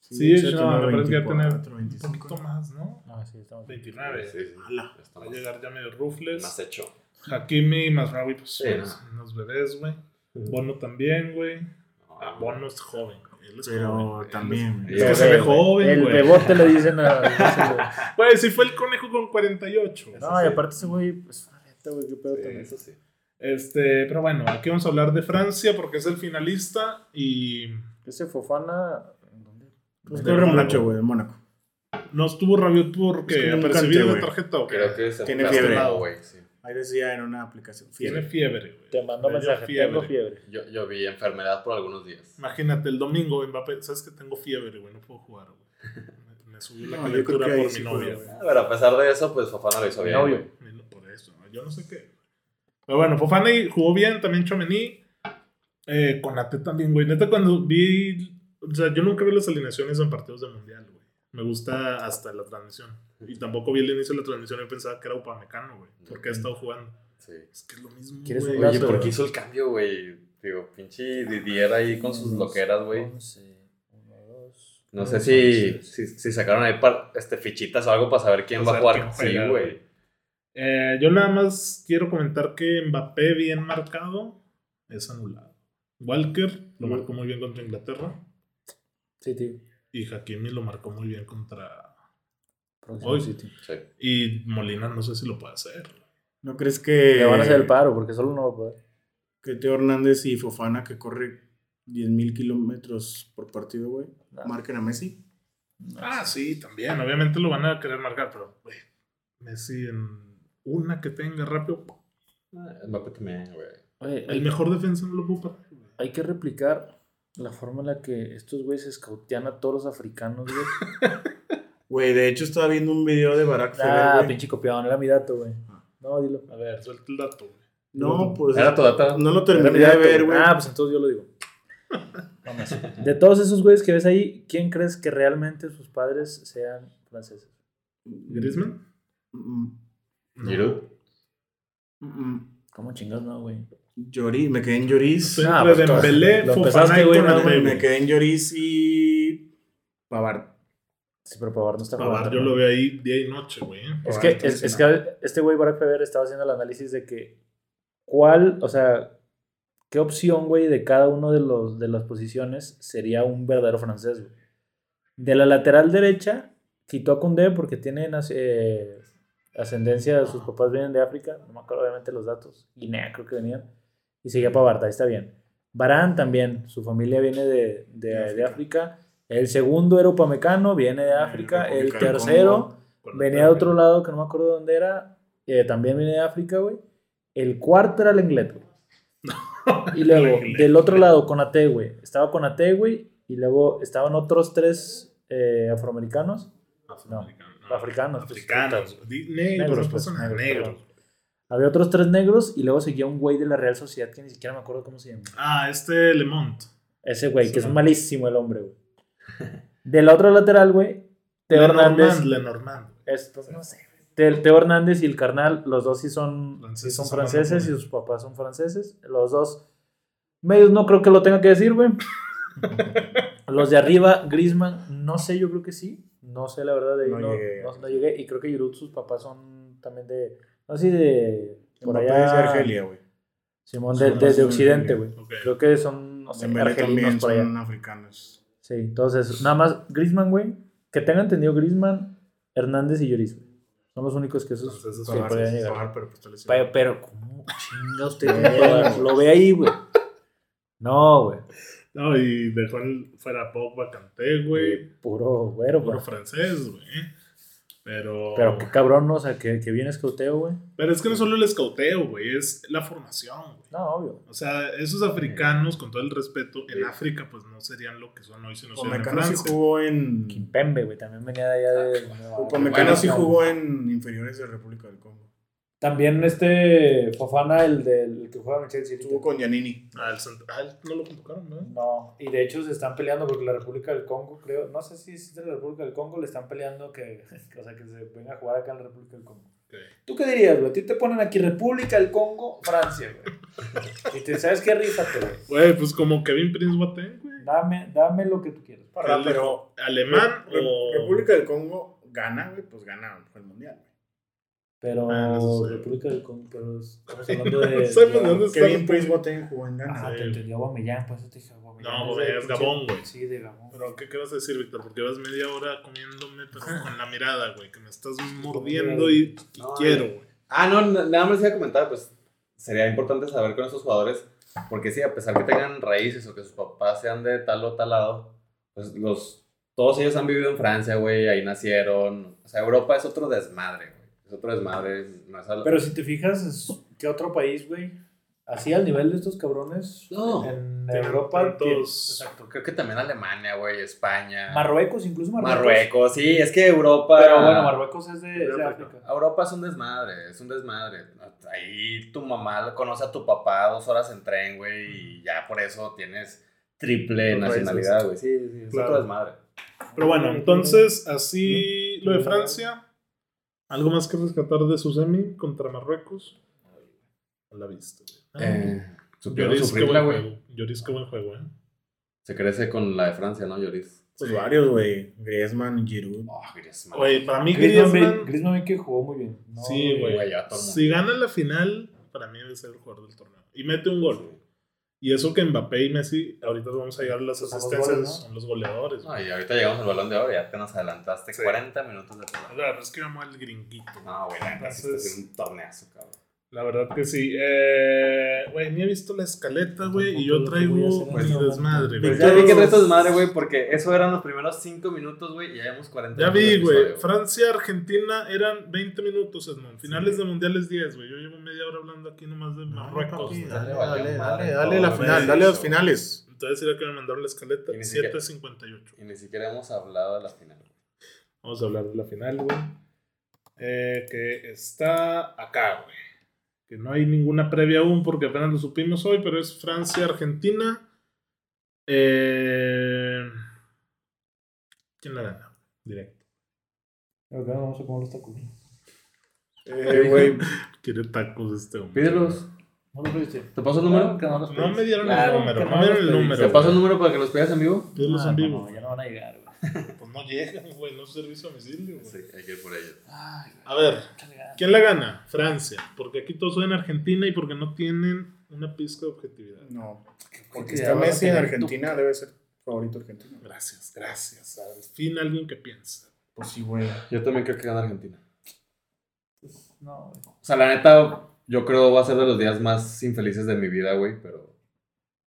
Sí, Sí, sí, no, tiene me parece que va a 24, tener un 25. poquito más, ¿no? No, sí, estamos bien. 29. Sí, sí. Ala. Está Va a más- llegar ya medio rufles. más hecho. Hakimi, Masraoui, pues Sí, unos, unos bebés, güey. Bono también, güey. Ah, Bono es joven. Él es joven. Pero Él también. Es eh, que se ve Bebé, joven, El güey. bebote le dicen a. ese güey. es- Güey, sí fue el conejo con 48. No, y aparte ese güey, pues, una neta, güey, qué pedo Sí, también. eso sí. Este, pero bueno, aquí vamos a hablar de Francia porque es el finalista y Ese Fofana. ¿en dónde? Pues De creo que Mónaco. Nacho, güey, de Mónaco. no estuvo Rabiot Es porque como un apercibido cante, de güey. tarjeta o qué? Creo que se Tiene fue fiebre. lastimado, güey, sí. Ahí decía en una aplicación. tiene Fiebre. fiebre, güey. Te mandó Le dio mensaje, tengo fiebre. Yo, yo vi enfermedad por algunos días. Imagínate, el domingo Mbappé, sabes que tengo fiebre, güey, no puedo jugar, güey. Me- Me subió la No, yo creo calentura que ahí por mi sí fue, novia. güey. Ah, Pero a pesar de eso, pues Fofana lo hizo bien. Novio. güey. Ni lo- Por eso, ¿no? yo no sé qué. Pero bueno, Fofani jugó bien, también Chomení. Eh, Conate también, güey. Neta, cuando vi. O sea, yo nunca vi las alineaciones en partidos de mundial, güey. Me gusta hasta la transmisión. Y tampoco vi el inicio de la transmisión. Yo pensaba que era Upamecano, güey. Porque ha Mm. estado jugando. Sí. Es que es lo mismo. ¿Quieres güey. un Oye, Gato, ¿por güey. qué hizo el cambio, güey? Digo, pinche Didier ahí con sus loqueras, güey. Once, uno, dos. No sé si, si, si sacaron ahí par- este, fichitas o algo para saber quién Para va a saber jugar. quién juega, Sí, güey. Eh, yo nada más quiero comentar que Mbappé, bien marcado, es anulado. Walker lo marcó muy bien contra Inglaterra. Sí, tío. Y Hakimi lo marcó muy bien contra. Próximo Hoy. City. Sí. Y Molina no sé si lo puede hacer. ¿No crees que, Le van a hacer el paro porque solo no va a poder. que Teo Hernández y Fofana, que corre 10.000 kilómetros por partido, güey, No. marquen a Messi? Ah, sí, también. Obviamente lo van a querer marcar, pero güey, Messi en Una que tenga rápido. Eh, Mbappé también, güey. Oye, El mejor defensa no lo puedo parar. güey. Hay que replicar la forma en la que estos güeyes escautean a todos los africanos, güey. Güey, de hecho estaba viendo un video de Barack ah, Feber, güey. pinche copiado, era mi dato, güey. No, dilo. A ver, suelta el dato, güey. No, pues Era tu data. no lo Era mi terminé de dato, güey. ver, güey. Ah, pues entonces yo lo digo. De todos esos güeyes que ves ahí, ¿quién crees que realmente sus padres sean franceses? ¿Griezmann? Mm, No. Giroud. mm, mm. ¿Cómo chingas no, güey? Llorí, me quedé en Lloris. Estoy Ah, entre pues, todo. Dembélé, Lo Fofana empezaste, y güey, Konaté, no, güey, güey. Me quedé en Lloris y Pavard. Sí, pero Pavard no está Pavard, jugando, yo ¿no? lo veo ahí día y noche, güey. Es Pavard que, está es, es que este güey Barack Feber estaba haciendo el análisis de que cuál, o sea, qué opción, güey, de cada uno de los de las posiciones sería un verdadero francés, güey. De la lateral derecha quitó a Koundé porque tiene nas- eh, ascendencia, sus papás vienen de África, no me acuerdo obviamente los datos. Guinea creo que venían. Y seguía Pavard, ahí está bien. Barán también, su familia viene de, de- De de África. El segundo era Upamecano, viene de África. El República del tercero... Congo. Konaté, Venía de otro güey. lado que no me acuerdo dónde era. eh, también venía de África, güey. El cuarto era el inglés, güey. Y luego, El inglés. del otro lado, Conate, güey. Estaba Conate, güey. Y luego estaban otros tres eh, afroamericanos. Afroamericano, No, africanos, pues, Ah, Africanos. puta, di- Negros, Negros, no pues, pasa nada, negros, negros. Había otros tres negros. Y luego seguía un güey de la Real Sociedad que ni siquiera me acuerdo cómo se llama. Ah, este Lemont. Ese güey, que es Sí. malísimo el hombre, güey. Del otro lateral, güey. Teo Hernández. Lenormand, Lenormand. Es- pues, no sé. Teo, Teo Hernández y el carnal, los dos sí son, sí Franceses, son son franceses y mamones. sus papás son franceses. Los dos medios no creo que lo tenga que decir, güey. los de arriba, Griezmann, no sé, yo creo que sí. No sé, la verdad, de ahí No no, no- no llegué. llegué. Y creo que Giroud, sus papás son también de, no sé, si de, por Mbappé allá, es de Argelia, güey. Simón, Son de, de- de de Occidente, güey. Argelia, ok. Creo que son, no sé, Dembélé argelinos también por allá. son africanos. Sí, entonces, nada más Griezmann, güey. Que tenga entendido Griezmann, Hernández y Lloris, güey. Son los únicos que esos Entonces, esos que son podrían Pavard, llegar. Pavard, pero pues está lesionado. Pero, pero, ¿cómo chinga usted? Lo- lo ve ahí, güey. No, güey. No, y dejó el- fuera a Pogba, Kanté, güey. Puro güero, Puro güey. francés, güey. Pero, Pero pero, qué cabrón, ¿no? o sea, que, que bien escauteo, güey. es que no solo el escauteo, güey, es la formación, güey. No, obvio. O sea, esos africanos, con todo el respeto, en África, pues no serían lo que son hoy si pues, no serían en Upamecano sí Francia. jugó en... Kimpembe, güey, también venía de allá de... Upamecano sí jugó eh. en inferiores de República del Congo. También este Fofana, el del que juega en el Chelsea. Estuvo con Giannini. Ah, el cent- ah, él no lo convocaron, ¿no? No, y de hecho se están peleando porque la República del Congo, creo, no sé si es de la República del Congo, le están peleando que, que, o sea, que se venga a jugar acá en la República del Congo. Ok. ¿Tú qué dirías, güey? A ti te ponen aquí República del Congo, Francia, güey. Y te sabes qué rífate, güey. Güey, pues como Kevin Prince Boateng, güey. Dame, dame lo que tú quieras. Parra, Él pero... dijo, ¿Alemán Re- o...? República del Congo gana, güey, pues gana el Mundial, güey. Pero Ah, no sé. República del Congo, pero estamos hablando de. No sabemos de dónde está. Kevin Prince Boateng jugó en Ghana. Ah, te entendí Aubameyang, por eso te dije Aubameyang. No, de- Aubameyang es Gabón, güey. Sí, de Gabón. Pero, ¿qué, qué vas a decir, Víctor? Porque vas media hora comiéndome pero con la mirada, güey. Ah. Que me estás mordiendo y, y No, quiero, güey. Ah, no, na- nada más les iba a comentar, pues sería importante saber con esos jugadores, porque sí, a pesar que tengan raíces o que sus papás sean de tal o tal lado, pues los, todos ellos han vivido en Francia, güey, ahí nacieron. O sea, Europa es otro desmadre, güey. Es otro desmadre. No, es al- Pero si te fijas, es- ¿qué otro país, güey? Así al nivel de estos cabrones. No. En Tienen Europa. tantos- tiene- Exacto. creo que también Alemania, güey, España. Marruecos, incluso Marruecos. Marruecos, sí, es que Europa. Pero bueno, Marruecos es de, es de África. África. Europa es un desmadre, es un desmadre. Ahí tu mamá conoce a tu papá dos horas en tren, güey, y ya por eso tienes triple Otra nacionalidad, güey. Sí, sí, es Claro. otro desmadre. Pero bueno, entonces, así lo de Francia. ¿Algo más que rescatar de su semi contra Marruecos? A la vista, güey. Eh, supieron Lloris, qué sufrirla, buen güey. juego. Lloris, qué buen juego, ¿eh? Se crece con la de Francia, ¿no, Lloris? Pues varios, güey. Griezmann, Giroud. Oh, Griezmann. Oye, para mí Griezmann, Griezmann, Griezmann vi que jugó muy bien. No, Sí, güey. Güey, ya todo el mundo. si gana la final, para mí debe ser el jugador del torneo. Y mete un gol. Y eso que Mbappé y Messi, ahorita vamos a llegar a las Son los asistencias, goles, ¿no? son los goleadores. No, y ahorita llegamos al balón de oro, ya te nos adelantaste Sí. 40 minutos de programa. La verdad es que vamos al gringuito. güey. No, güey, la neta sí está Entonces- haciendo un torneazo, cabrón. La verdad que sí. Eh, Güey, ni he visto la escaleta, güey, y yo Tampoco lo que voy a hacer traigo en mi este momento. desmadre, güey. Pues Ya vi que Pero- reto es madre, güey, porque eso eran los primeros 5 minutos, güey, y ya llevamos 40 Ya minutos de vi, güey. pues, episodio, Francia, Argentina eran 20 minutos, Edmond. Finales de mundiales 10, güey. Yo llevo media hora hablando aquí nomás de Marruecos. papi, güey. pues, Dale, Valió dale, madre dale, dale la todo final, eso, dale las güey. finales. Entonces era que me mandaron la escaleta. Y ni siquiera- 7.58. Y ni siquiera hemos hablado de la final. Vamos a hablar de la final, güey. Eh, que está acá, güey. Que no hay ninguna previa aún porque apenas lo supimos hoy, pero es Francia, Argentina. Eh, ¿Quién la gana? Directo. Pero claro, vamos a comer los tacos. Eh, güey, Quiere tacos este hombre. Pídelos. ¿No lo pediste? ¿Te paso el número? Claro que no los No me dieron Claro el número. que No no me dieron el los pedí. número. ¿Te paso el número para que los pegas en vivo? Pídelos Ah, en no, vivo. no, ya no van a llegar, güey. Pues no llegan, güey. No es servicio a domicilio, güey. Sí, hay que ir por ellos. Ay, güey. A ver, échale ganas. ¿quién la gana? Francia. Porque aquí todos son en Argentina y porque no tienen una pizca de objetividad. No, porque Porque está ya vas a Messi en tener Argentina, debe ser favorito argentino. Gracias, gracias. Al fin alguien que piensa. Pues sí, güey. Yo también creo que gana Argentina. tu- No, güey. O sea, la neta, yo creo va a ser de los días más infelices de mi vida, güey, pero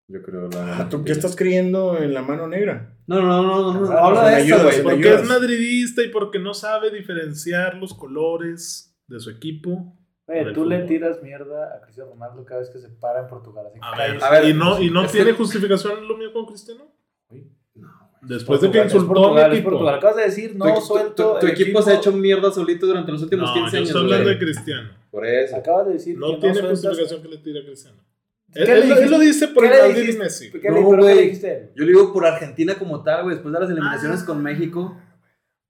yo creo la gana Ah, ¿Tú Argentina. qué estás creyendo en la mano negra? No, no, no, no, no, Ah, habla de me esto, ayudas, güey. me porque- Porque es ayudas. madridista y porque no sabe diferenciar los colores de su equipo. Oye, Del tú le fútbol. tiras mierda a Cristiano Ronaldo cada vez que se para en Portugal. Así A que- ver, A ver, ¿y no, y no es tiene que- justificación lo mío con Cristiano? No, güey. Después de que Portugal, es insultó Portugal, a mi es equipo. Portugal. Acabas de decir, no Tu- tu- suelto. Tu, tu el equipo, se ha hecho mierda solito durante los últimos No, 15 yo años. estoy hablando güey. de Cristiano. Por eso. Acabas de decir No que tiene no sueltas. justificación que le tire a Cristiano. ¿Qué Él, le él- él dijiste? lo dice por ¿Qué el le Madrid y dijiste? Messi. ¿Qué No, le- pero qué güey. le dijiste? Yo le digo por Argentina como tal, güey. Después de las eliminaciones con México,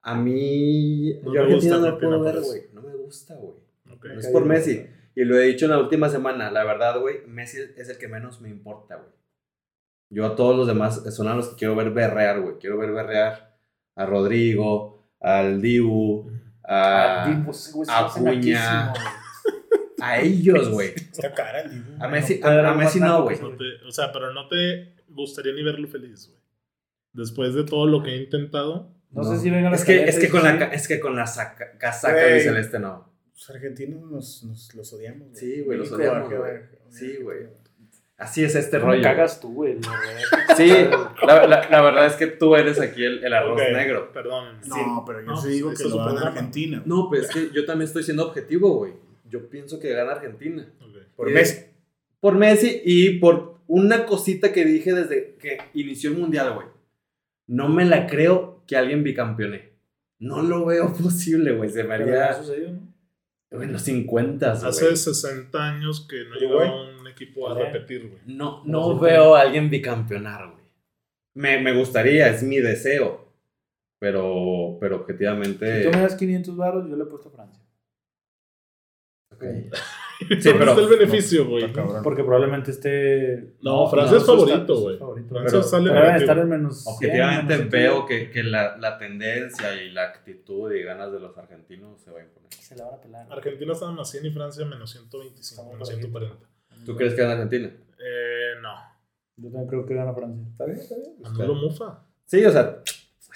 a mí. Ah, No me gusta yo Argentina no la Argentina puedo por ver, eso. güey. No me gusta, güey. Ok. No es por Messi. Y lo he dicho en la última semana. La verdad, güey, Messi es el que menos me importa, güey. Yo a todos los demás son a los que quiero ver berrear, güey. Quiero ver berrear a Rodrigo, al Dibu, Ah, a, tipo, sí, güey, se a hace Acuña. naquísimo, a ellos, güey. Está cara el Dibu. A Messi, Pedro a- a Messi no, Guarnaco, güey. No te- o sea, pero no te gustaría ni verlo feliz, güey. Después de todo lo que he intentado. No, sé si vengan Es que, es que con la, ca- es que con la saca- casaca Güey. de celeste no. Los argentinos nos, nos los odiamos. Sí, güey, los México, odiamos, Arge- güey. Arge- Sí, Argentina. güey. Así es este rollo. rollo. cagas tú, güey. la verdad. Sí, la, la- la verdad es que tú eres aquí el, el arroz Ok, negro. Perdónenme. No, Sí. pero yo No, sí digo pues, que eso lo es van a programa. Argentina. No, pues es que yo también estoy siendo objetivo, güey. Yo pienso que gana Argentina. Ok. Por Eh, Messi. Por Messi y por una cosita que dije desde que inició el mundial, güey. No me la creo que alguien bicampeone. No lo veo posible, güey. Se me Pero ya haría sucedió, ¿no? güey, en los 50, Hace güey. 60 años que no Uruguay. llegaba un equipo a Uruguay. repetir, güey. No, no veo a alguien bicampeonar, güey. Me, me gustaría, es mi deseo. Pero, pero Si objetivamente. tú me das 500 baros, yo le he puesto a Francia. Ok. Sí, pero- el beneficio, güey. Está cabrón. Porque probablemente esté. No, Francia es favorito, güey. Francia Francia Pero- sale Pero deben negativo. estar en menos. 100, Objetivamente menos 100. veo que, que la, la tendencia y la actitud y ganas de los argentinos se va a imponer. Se la van a pelar. Argentina está más 100 y Francia menos 125, Estamos menos bajito. 140. ¿Tú crees que gana Argentina? Eh, no. Yo también creo que gana Francia. Está bien, está bien. Anulo Mufa. Sí, o sea,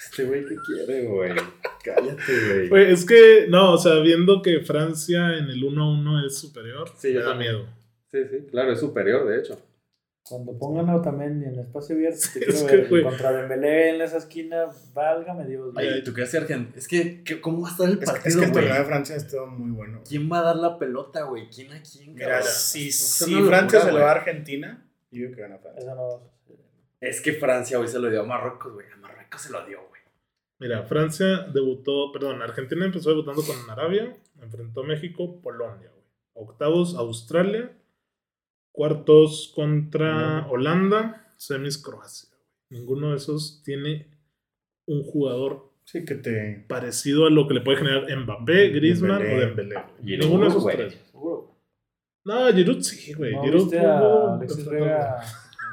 este güey que quiere, güey. Cállate, güey. Güey, es que, no, o sea, viendo que Francia en el 1-1 es superior, Sí, me yo da también. miedo. Sí, sí, claro, es superior, de hecho. Cuando pongan a Otamendi en el espacio abierto, te es quiero que, ver. güey. Contra Dembélé en esa esquina, válgame Dios. güey. Ay, Oye, ¿tú crees que Argentina? Es que, que- ¿cómo va a estar el Es, partido, es que el güey? torneo de Francia ha estado muy bueno. ¿Quién va a dar la pelota, güey? ¿Quién a quién? Mira, cabrón? si, Es si una locura, Francia se lo güey. da a Argentina, yo digo que gana Francia. Eso no. Es que Francia hoy se lo dio a Marruecos, güey. A Marruecos se lo dio, güey. Mira, Francia debutó, perdón, Argentina empezó debutando con Arabia, enfrentó a México, Polonia, güey. Octavos, Australia. Cuartos contra Holanda, semis, Croacia. Ninguno de esos tiene un jugador Sí, que te. parecido a lo que le puede generar Mbappé, Griezmann Dembélé. o Dembélé. güey. Giroud, Ninguno de esos güey. tres. Seguro. No, Giroud sí, güey. ¿No Giroud viste tuvo- a Alexis Vega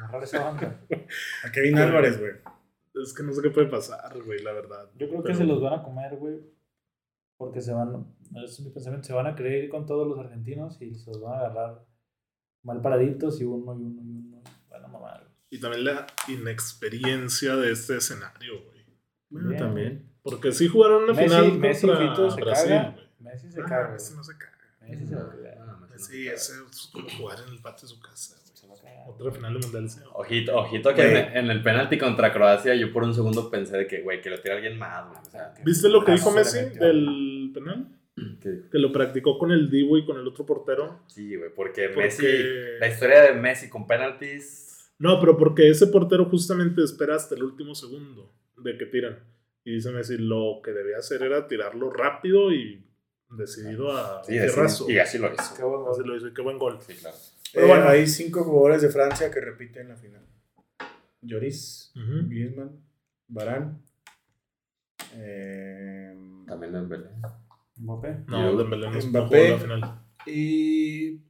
agarrar esa banca? A Kevin Álvarez, güey. Es que no sé qué puede pasar, güey, la verdad. Yo creo que Pero- se los van a comer, güey. Porque se van, ese es mi pensamiento, se van a creer con todos los argentinos y se los van a agarrar mal paraditos y uno y uno y uno. Bueno, mamá. Y también la inexperiencia de este escenario, güey. Bueno, también. Porque sí jugaron una Messi, final Messi contra Fito se Brasil, caga. güey. Messi se Ah, caga. Messi güey. no se caga. Messi se va a cagar. Messi ¿no? Sí, Pero- ese es como jugar en el patio de su casa. güey. Otra final de mundial. sí. Ojito, ojito que en, Güey. en el penalti contra Croacia yo por un segundo pensé de que, güey, que lo tira alguien más, güey. O sea, ¿Viste lo que Ah, dijo no, Messi solamente- del penal? que- Que lo practicó con el Divo y con el otro portero. sí, güey, porque, Messi, la Porque... historia de Messi con penaltis, No, pero porque ese portero justamente espera hasta el último segundo de que tiran. Y dice Messi, lo que debía hacer era tirarlo rápido y decidido a sí, así- tierrazo. y así lo hizo. Qué buen gol. Así lo hizo y qué buen gol. Sí, claro. Pero bueno. hay cinco jugadores de Francia que repiten la final. Lloris, Ujú. Griezmann, Varane. eh, También en Belén. Mbappé. No, Dembélé no jugó Mbappé. la final. y...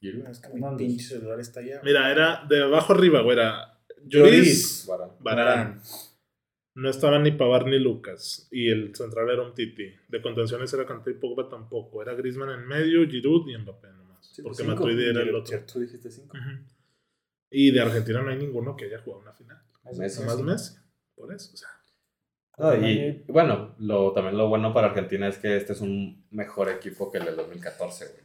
Giroud, Es que mi No, pinche celular está allá. Mira, era de abajo arriba, güey. Era Lloris, Varane. Varane. No estaban ni Pavar ni Lucas. Y el central era un Titi. De contenciones era Kanté y Pogba tampoco. Era Griezmann en medio, Giroud y Mbappé nomás. pues porque Matuidi era el otro. Tú dijiste cinco. Ujú. Y de Argentina no hay ninguno que haya jugado una final. Messi. Nada más Messi. Por eso, o sea. No, y bueno, lo, también lo bueno para Argentina es que este es un mejor equipo que el del 2014, güey.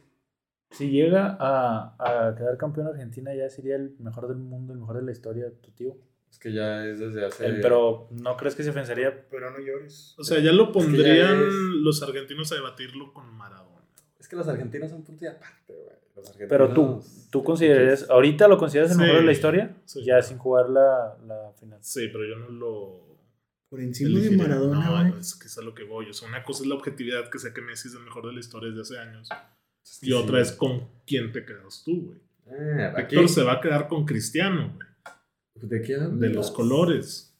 Si llega a, a quedar campeón Argentina, ya sería el mejor del mundo, el mejor de la historia, tu tío. Es que ya es desde hace... Eh, Pero no crees que se ofendería. Pero no llores. O sea, ya lo que ya pondrían es- los argentinos a debatirlo con Maradona. Es que los argentinos son punto y aparte, güey. Los argentinos- Pero tú, ¿tú considerarías, ahorita lo consideras el Sí. mejor de la historia? Sí. Ya sin jugar la, la final. Sí, pero yo no lo. Por elegiría. No, no, es que es a lo que voy. O sea, una cosa es la objetividad que sé que Messi es el mejor de la historia desde hace años. Es que Y otra sí. es con quién te quedas tú, güey. Eh, aquí, Héctor se va a quedar con Cristiano, güey. ¿De qué hablas? De los colores.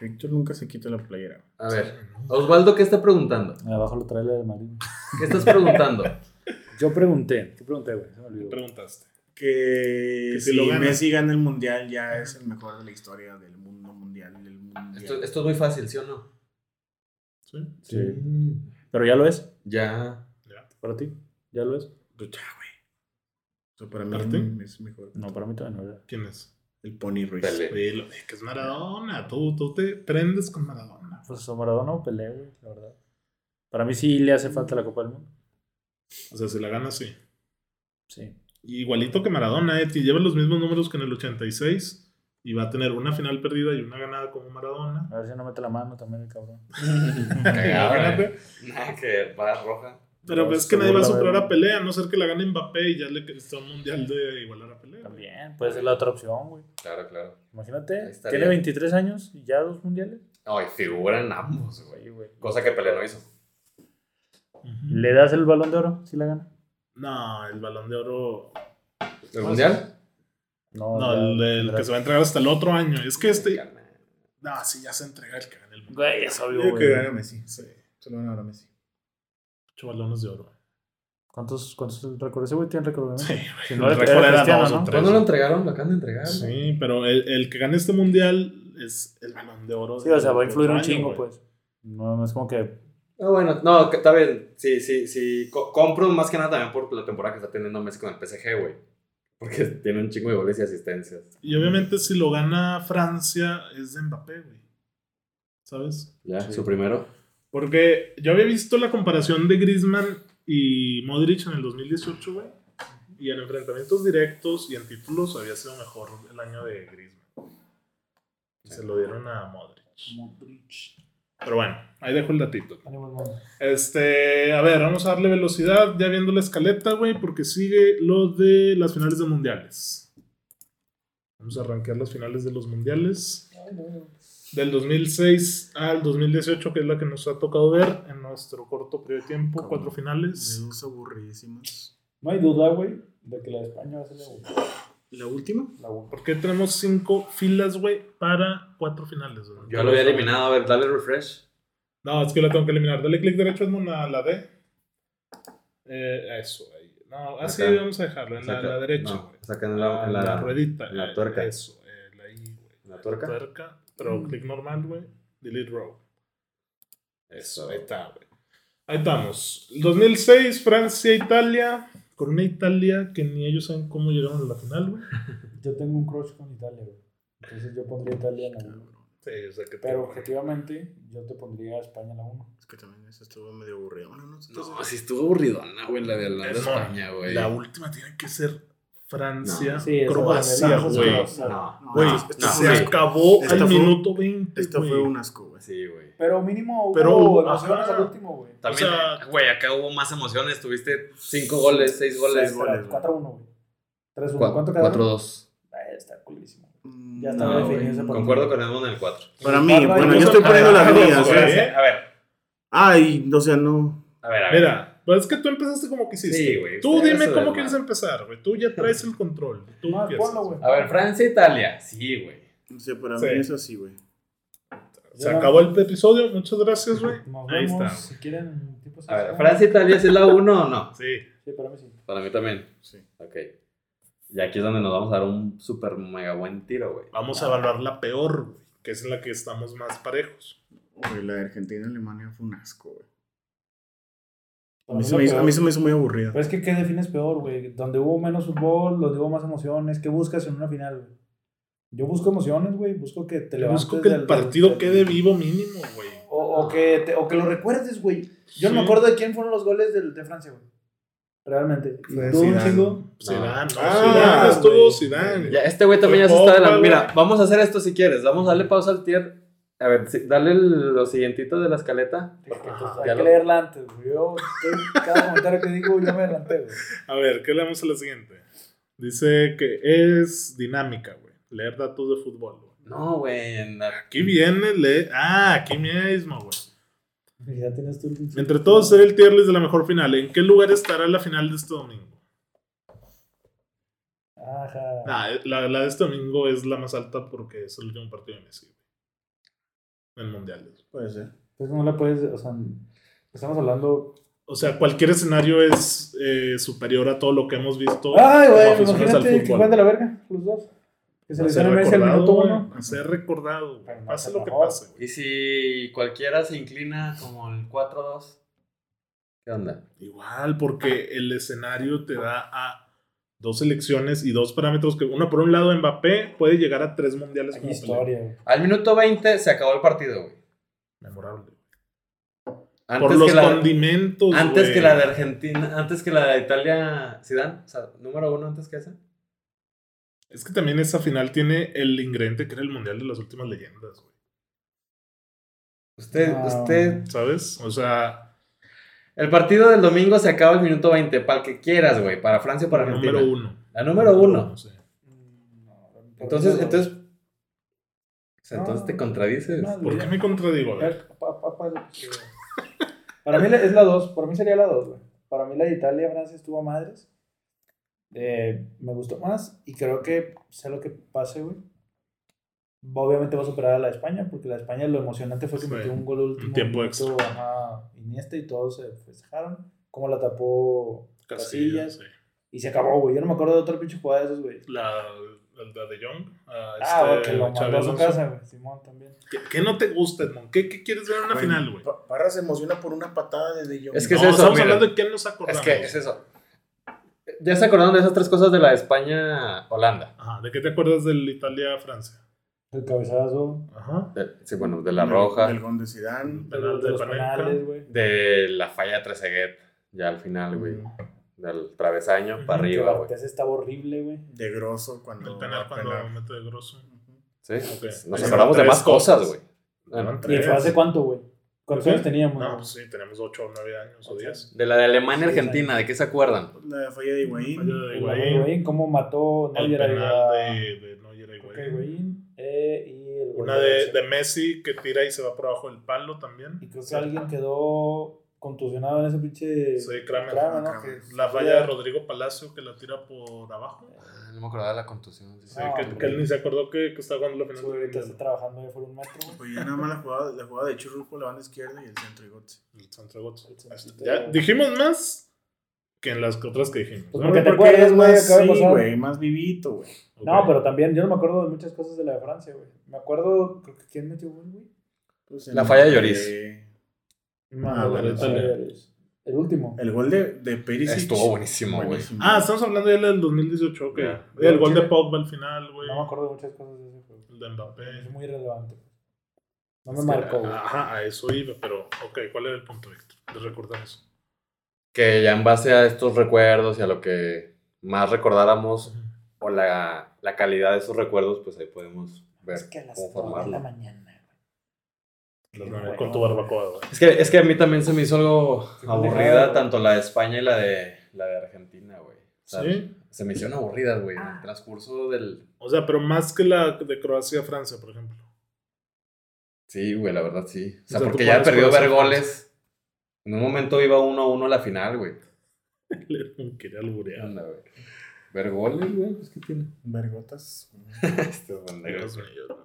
Víctor nunca se quita la playera. A ver, Osvaldo, ¿qué está preguntando? Abajo lo trae la de Madrid. ¿Qué estás preguntando? Yo pregunté. ¿Qué pregunté, güey? Se me ¿Qué olvidó. preguntaste? Que, Que si si lo gana. Messi gana el mundial, ya es el mejor de la historia del mundo mundial. Del mundial. esto, esto es muy fácil, ¿sí o no? ¿Sí? Sí. Pero ya lo es, Ya. para ti. Ya lo es. Pues ya, güey. O sea, para mí ¿Aparte? es mejor. No, para mí todavía no era. ¿Quién es? El Pony Ruiz. Pelé. Oye, lo- eh, que es Maradona. Tú, tú te prendes con Maradona. Pues a Maradona o Pelé, güey, la verdad. Para mí sí le hace falta la Copa del Mundo. O sea, si la gana, sí. Sí. Igualito que Maradona, Eti. Lleva los mismos números que en el 86. Y va a tener una final perdida y una ganada como Maradona. A ver si no mete la mano también el cabrón. Cagado, Imagínate. eh. Nah, que va roja. Pero No, pues es que nadie va a superar seguro la veo. a Pelé, a no ser que la gane Mbappé y ya le está un mundial de igualar a Pelé. güey. También, puede ser la otra opción, güey. Claro, claro. Ahí Imagínate, estaría. tiene 23 años y ya dos mundiales. No, y figuran ambos, güey. Sí, güey. Cosa que Pelé no hizo. Ujú. ¿Le das el balón de oro si la gana? No, el balón de oro. ¿El Ah, mundial? No, el, el que se va a entregar hasta el otro año. Es que este. Carnal. No, sí, ya se entrega el que gane el mundial. Güey, es Yo obvio, creo que güey. gana Messi. Sí. Se lo van a ganar a Messi. Ocho balones de oro. ¿Cuántos, cuántos récords? Ese güey tiene récord, Sí, ¿no? güey. Si no le El pegara récord era Cristiano, dos o ¿no? tres. ¿Cuándo lo entregaron? Lo acaban de entregar. güey. Sí, pero el, el que gane este mundial es el balón de oro. Sí, o sea, del va a influir un otro año, chingo, güey. pues. No, no es como que... No, Ah, bueno, no, que- está bien. Sí, sí, sí. Co- compro más que nada también por la temporada que está teniendo Messi con el PSG, güey. Porque tiene un chingo de goles y asistencias. pues. Y obviamente, si lo gana Francia, es de Mbappé, güey. ¿Sabes? Ya, Sí. su primero. Porque yo había visto la comparación de Griezmann y Modric en el 2018, güey. Y en enfrentamientos directos y en títulos había sido mejor el año de Griezmann. Y se lo dieron a Modric. Pero bueno, ahí dejo el datito. Ánimo, hermano. Este, a ver, vamos a darle velocidad, ya viendo la escaleta, güey, porque sigue lo de las finales de mundiales. Vamos a arranquear las finales de los mundiales. Del 2006 al 2018, que es la que nos ha tocado ver en nuestro corto periodo de tiempo, Cabrón. cuatro De finales. dos aburridísimas. No hay duda, güey, de que la de España va a ser la última. ¿La última? La última. Porque tenemos cinco filas, güey, para cuatro finales. güey? Yo lo había eliminado. A ver, dale refresh. No, es que la tengo que eliminar. Dale clic derecho, Edmund, a la D. Eh, eso, ahí. No, así Acá. vamos a dejarlo, en la, Saca- la derecha, no, güey. Ah, saca en la, en la- la, ruedita. en la eh, tuerca. Eso, eh, la I, güey. en la tuerca. Tuerca, pero Mm. clic normal, güey. Delete row. Eso. Ahí está, güey. Ahí estamos. 2006, Francia, Italia. Con una Italia que ni ellos saben cómo llegaron a la final, güey. Yo tengo un crush con Italia, güey. Entonces yo pondría Italia en la 1. Sí, o sea que Pero objetivamente, yo te pondría a España en la 1. Es que también eso estuvo medio aburrido. Bueno, no, No, sí estuvo aburridona, güey, la de Holanda Es España, güey. La última tiene que ser Francia, No. Sí, esa Croacia, fue- güey. esa fue- No, no, Güey, No, esto no, se güey. acabó Esta al fue- minuto 20. Esto güey. fue un asco, güey. Sí, güey. Pero mínimo hubo Pero, emociones ajá. al último, güey. También, O sea- güey, acá hubo más emociones. Tuviste 5 goles, 6 goles. Seis goles, güey. 4-1, güey. 3-1. Cua- ¿Cuánto quedaron? 4-2. Eh, está culísimo. Mm, Ya está No, definido güey. ese partido. Concuerdo con Edmond en el 4. Para mí, Barba Ah, y bueno, yo Rosa. estoy poniendo A las ver, mías. a Ah, güey. ver, ¿eh? A ver, Ay, o sea, no. a ver, a ver. Mira, pero es que tú empezaste como quisiste. Sí, güey. Tú Eso dime es cómo mal. quieres empezar, güey. Tú ya traes el control. Tú No, empiezas. ponlo, güey. A ver, Francia, Italia. Sí, güey. O sea, para Sí. mí es así, güey. Se acabó el episodio. Muchas gracias, güey. Nos Ahí vemos, está. si quieren, tipo A ver, sesión. Francia, Italia, ¿sí es la 1 o no? Sí. Sí, para mí sí. Para mí también. Sí. Ok. Y aquí es donde nos vamos a dar un super mega buen tiro, güey. Vamos a evaluar la peor, güey, que es en la que estamos más parejos. Güey, la de Argentina y Alemania fue un asco, güey. A mí, Para mí se lo me hizo, a peor. mí se me hizo muy aburrida. Pero es que, ¿qué defines peor, güey? Donde hubo menos fútbol, donde hubo más emociones, ¿qué buscas en una final, güey? Yo busco emociones, güey. Busco que te Yo levantes. busco que el del- partido del- quede vivo mínimo, güey. O, o que te- o que lo recuerdes, güey. Yo no me Sí. acuerdo de quién fueron los goles del, de Francia, güey. Realmente. Fue ¿Tú, Zidane. chico? Zidane, no, Ah, Zidane estuvo güey. Zidane. Ya, este güey también ya se Fue está poca, adelantando. Mira, güey. vamos a hacer esto si quieres. Vamos a darle pausa al tier. A ver, sí, dale el- lo siguientito de la escaleta. Ajá, pues, Hay ya que lo- leerla antes, güey. Yo, estoy- cada comentario que digo, yo me adelanté, güey. A ver, ¿qué leemos a la siguiente? Dice que es dinámica, güey. Leer datos de fútbol, güey. No, güey. en la- Aquí viene, le... Ah, aquí mismo, güey. Pues Ya tienes tú el pinche- Entre todos, ser el tier list de la mejor final. ¿En qué lugar estará la final de este domingo? Ajá. Nah, la, la de este domingo es la más alta porque es el último partido de Messi. En mundiales. Puede ser. Pues no la puedes, o sea, estamos hablando. O sea, cualquier escenario es eh, superior a todo lo que hemos visto. Ay, como güey, aficionados al imagínate que fútbol. juegan de la verga, los dos. Que se A les ser el Messi al recordado, minuto güey. uno. A ser recordado, güey. Pero no Pase se lo que mamó. pase, güey. Y si cualquiera se inclina como el 4-2. ¿Qué onda? Igual, porque el escenario te da a dos elecciones y dos parámetros que uno por un lado Mbappé puede llegar a tres mundiales Hay como historia, güey. Al minuto 20 se acabó el partido, güey. pelea. memorable. Antes por los que la, condimentos, Antes güey. que la de Argentina, antes que la de Italia, Zidane, o sea, número uno antes que esa. Es que también esa final tiene el ingrediente que era el mundial de las últimas leyendas, güey. Usted, Ah. usted, ¿Sabes? O sea, el partido del domingo se acaba el minuto 20, para el que quieras, güey, para Francia o para Argentina. número uno. La número uno. sí. Mm, no, Entonces, no, entonces, o sea, No. entonces te contradices. no, ¿Por güey. qué me contradigo? A ver, Eh, Pa- pa- pa- que- Para mí la- es la 2, para mí sería la 2, güey. Para mí la de Italia, Francia estuvo a madres. Eh, me gustó más y creo que sea lo que pase, güey. Obviamente va a superar a la de España, porque la de España lo emocionante fue que Sí. metió un gol al último. Un tiempo minuto, Ajá, Iniesta y todos se festejaron. Como la tapó Casillas, Casillas. sí. Y se acabó, güey. Yo no me acuerdo de otra pinche jugada de esos, güey. La, la de Young. a ah, güey, este que lo mandó Xabi a su Alonso. casa, güey. Simón también. ¿Qué, qué no te gusta, Edmond? ¿Qué, qué quieres ver en una final, güey? Pa- Parra se emociona por una patada de De Jong. Es que no, es eso, estamos mira. hablando de quién nos Es acordamos. que es eso. Ya se acordaron de esas tres cosas de la España-Holanda. Ajá, ¿de qué te acuerdas del Italia-Francia? El cabezazo. Ajá. De- Sí, bueno, de la Del- roja, Del gol de Zidane. De, Penal de de los Panenka. penales, güey. de la falla Trezeguet, ya al final, güey. Del travesaño Ujú, para arriba, Que güey. Bartés estaba horrible, güey. De Grosso cuando. El penal va a cuando pelar. mete de grosso. Sí, Ok. nos Sí, acordamos de tres más cosas, cosas. güey. Eran ¿Y tres. fue hace cuánto, güey? ¿Cuántos ¿Sí? años teníamos? No, güey? pues sí, tenemos 8 o 9 años o Ocho. 10. De la de Alemania y Sí, Argentina, ¿de qué se acuerdan? La falla de Higuaín. Falla de El Higuaín, Higuaín, ¿Cómo mató El Neuer a- penal de, de Neuer a Ok, Higuaín. Higuaín, eh, y el Una de, de Messi que tira y se va por abajo del palo también. Y creo que alguien quedó contusionado en ese pinche. Sí, Kramer. Ah, Ah, Kramer, ¿no? Kramer. Que- La falla de Rodrigo Palacio que la tira por abajo. Ah, No me acordaba de la contusión. Sí, No, que, hombre. que él ni se acordó que, que estaba jugando la Sí, final. del ahorita está Mundial. trabajando ahí por un metro, güey. Pues ya nada más la jugada, la jugada de Churru por la banda izquierda y el centro de Götze. El Santo Gozo. El Santo- Este, Ya dijimos más que en las otras que dijimos. Pues ¿no? porque te Porque acuerdas, eres güey, más- acaba de sí, pasar. güey, más vivito, güey. Ok. No, pero también yo no me acuerdo de muchas cosas de la de Francia, güey. Me acuerdo, creo que quién metió gol, güey. Pues La el- falla de Lloris. eh, No, Ah, güey, la de no, Italia. güey, El último. El gol de, de Perisic. Estuvo buenísimo, güey. Buenísimo. Ah, estamos hablando ya del 2018, ok. Ya. El gol de Chile. Pogba al final, güey. No me acuerdo de muchas cosas de ese juego. El de Mbappé. Es ah, muy irrelevante. No me Pues marcó, güey. Ajá, a eso iba, pero ok, ¿cuál era el punto, Víctor? De recordar eso. Que ya en base a estos recuerdos y a lo que más recordáramos o la, la calidad de esos recuerdos, pues ahí podemos ver Es que a las cómo 2 de la formarlo. mañana. Los Qué nueve, bueno, con tu barbacoa, güey. Es que, es que a mí también se me hizo algo aburrida, pendejada, tanto la de España y la de, la de Argentina, güey. O sea, ¿Sí? Se me hicieron aburridas, güey, en el transcurso del... O sea, pero más que la de Croacia-Francia, por ejemplo. Sí, güey, la verdad sí. O sea, O sea, tú porque ya pones perdió corazón, ver goles. En un momento iba uno a uno la final, güey. Le quería alburear. Anda, güey. Ver goles, güey, pues ¿qué tiene? Vergotas. Este pendejo. Dios mío.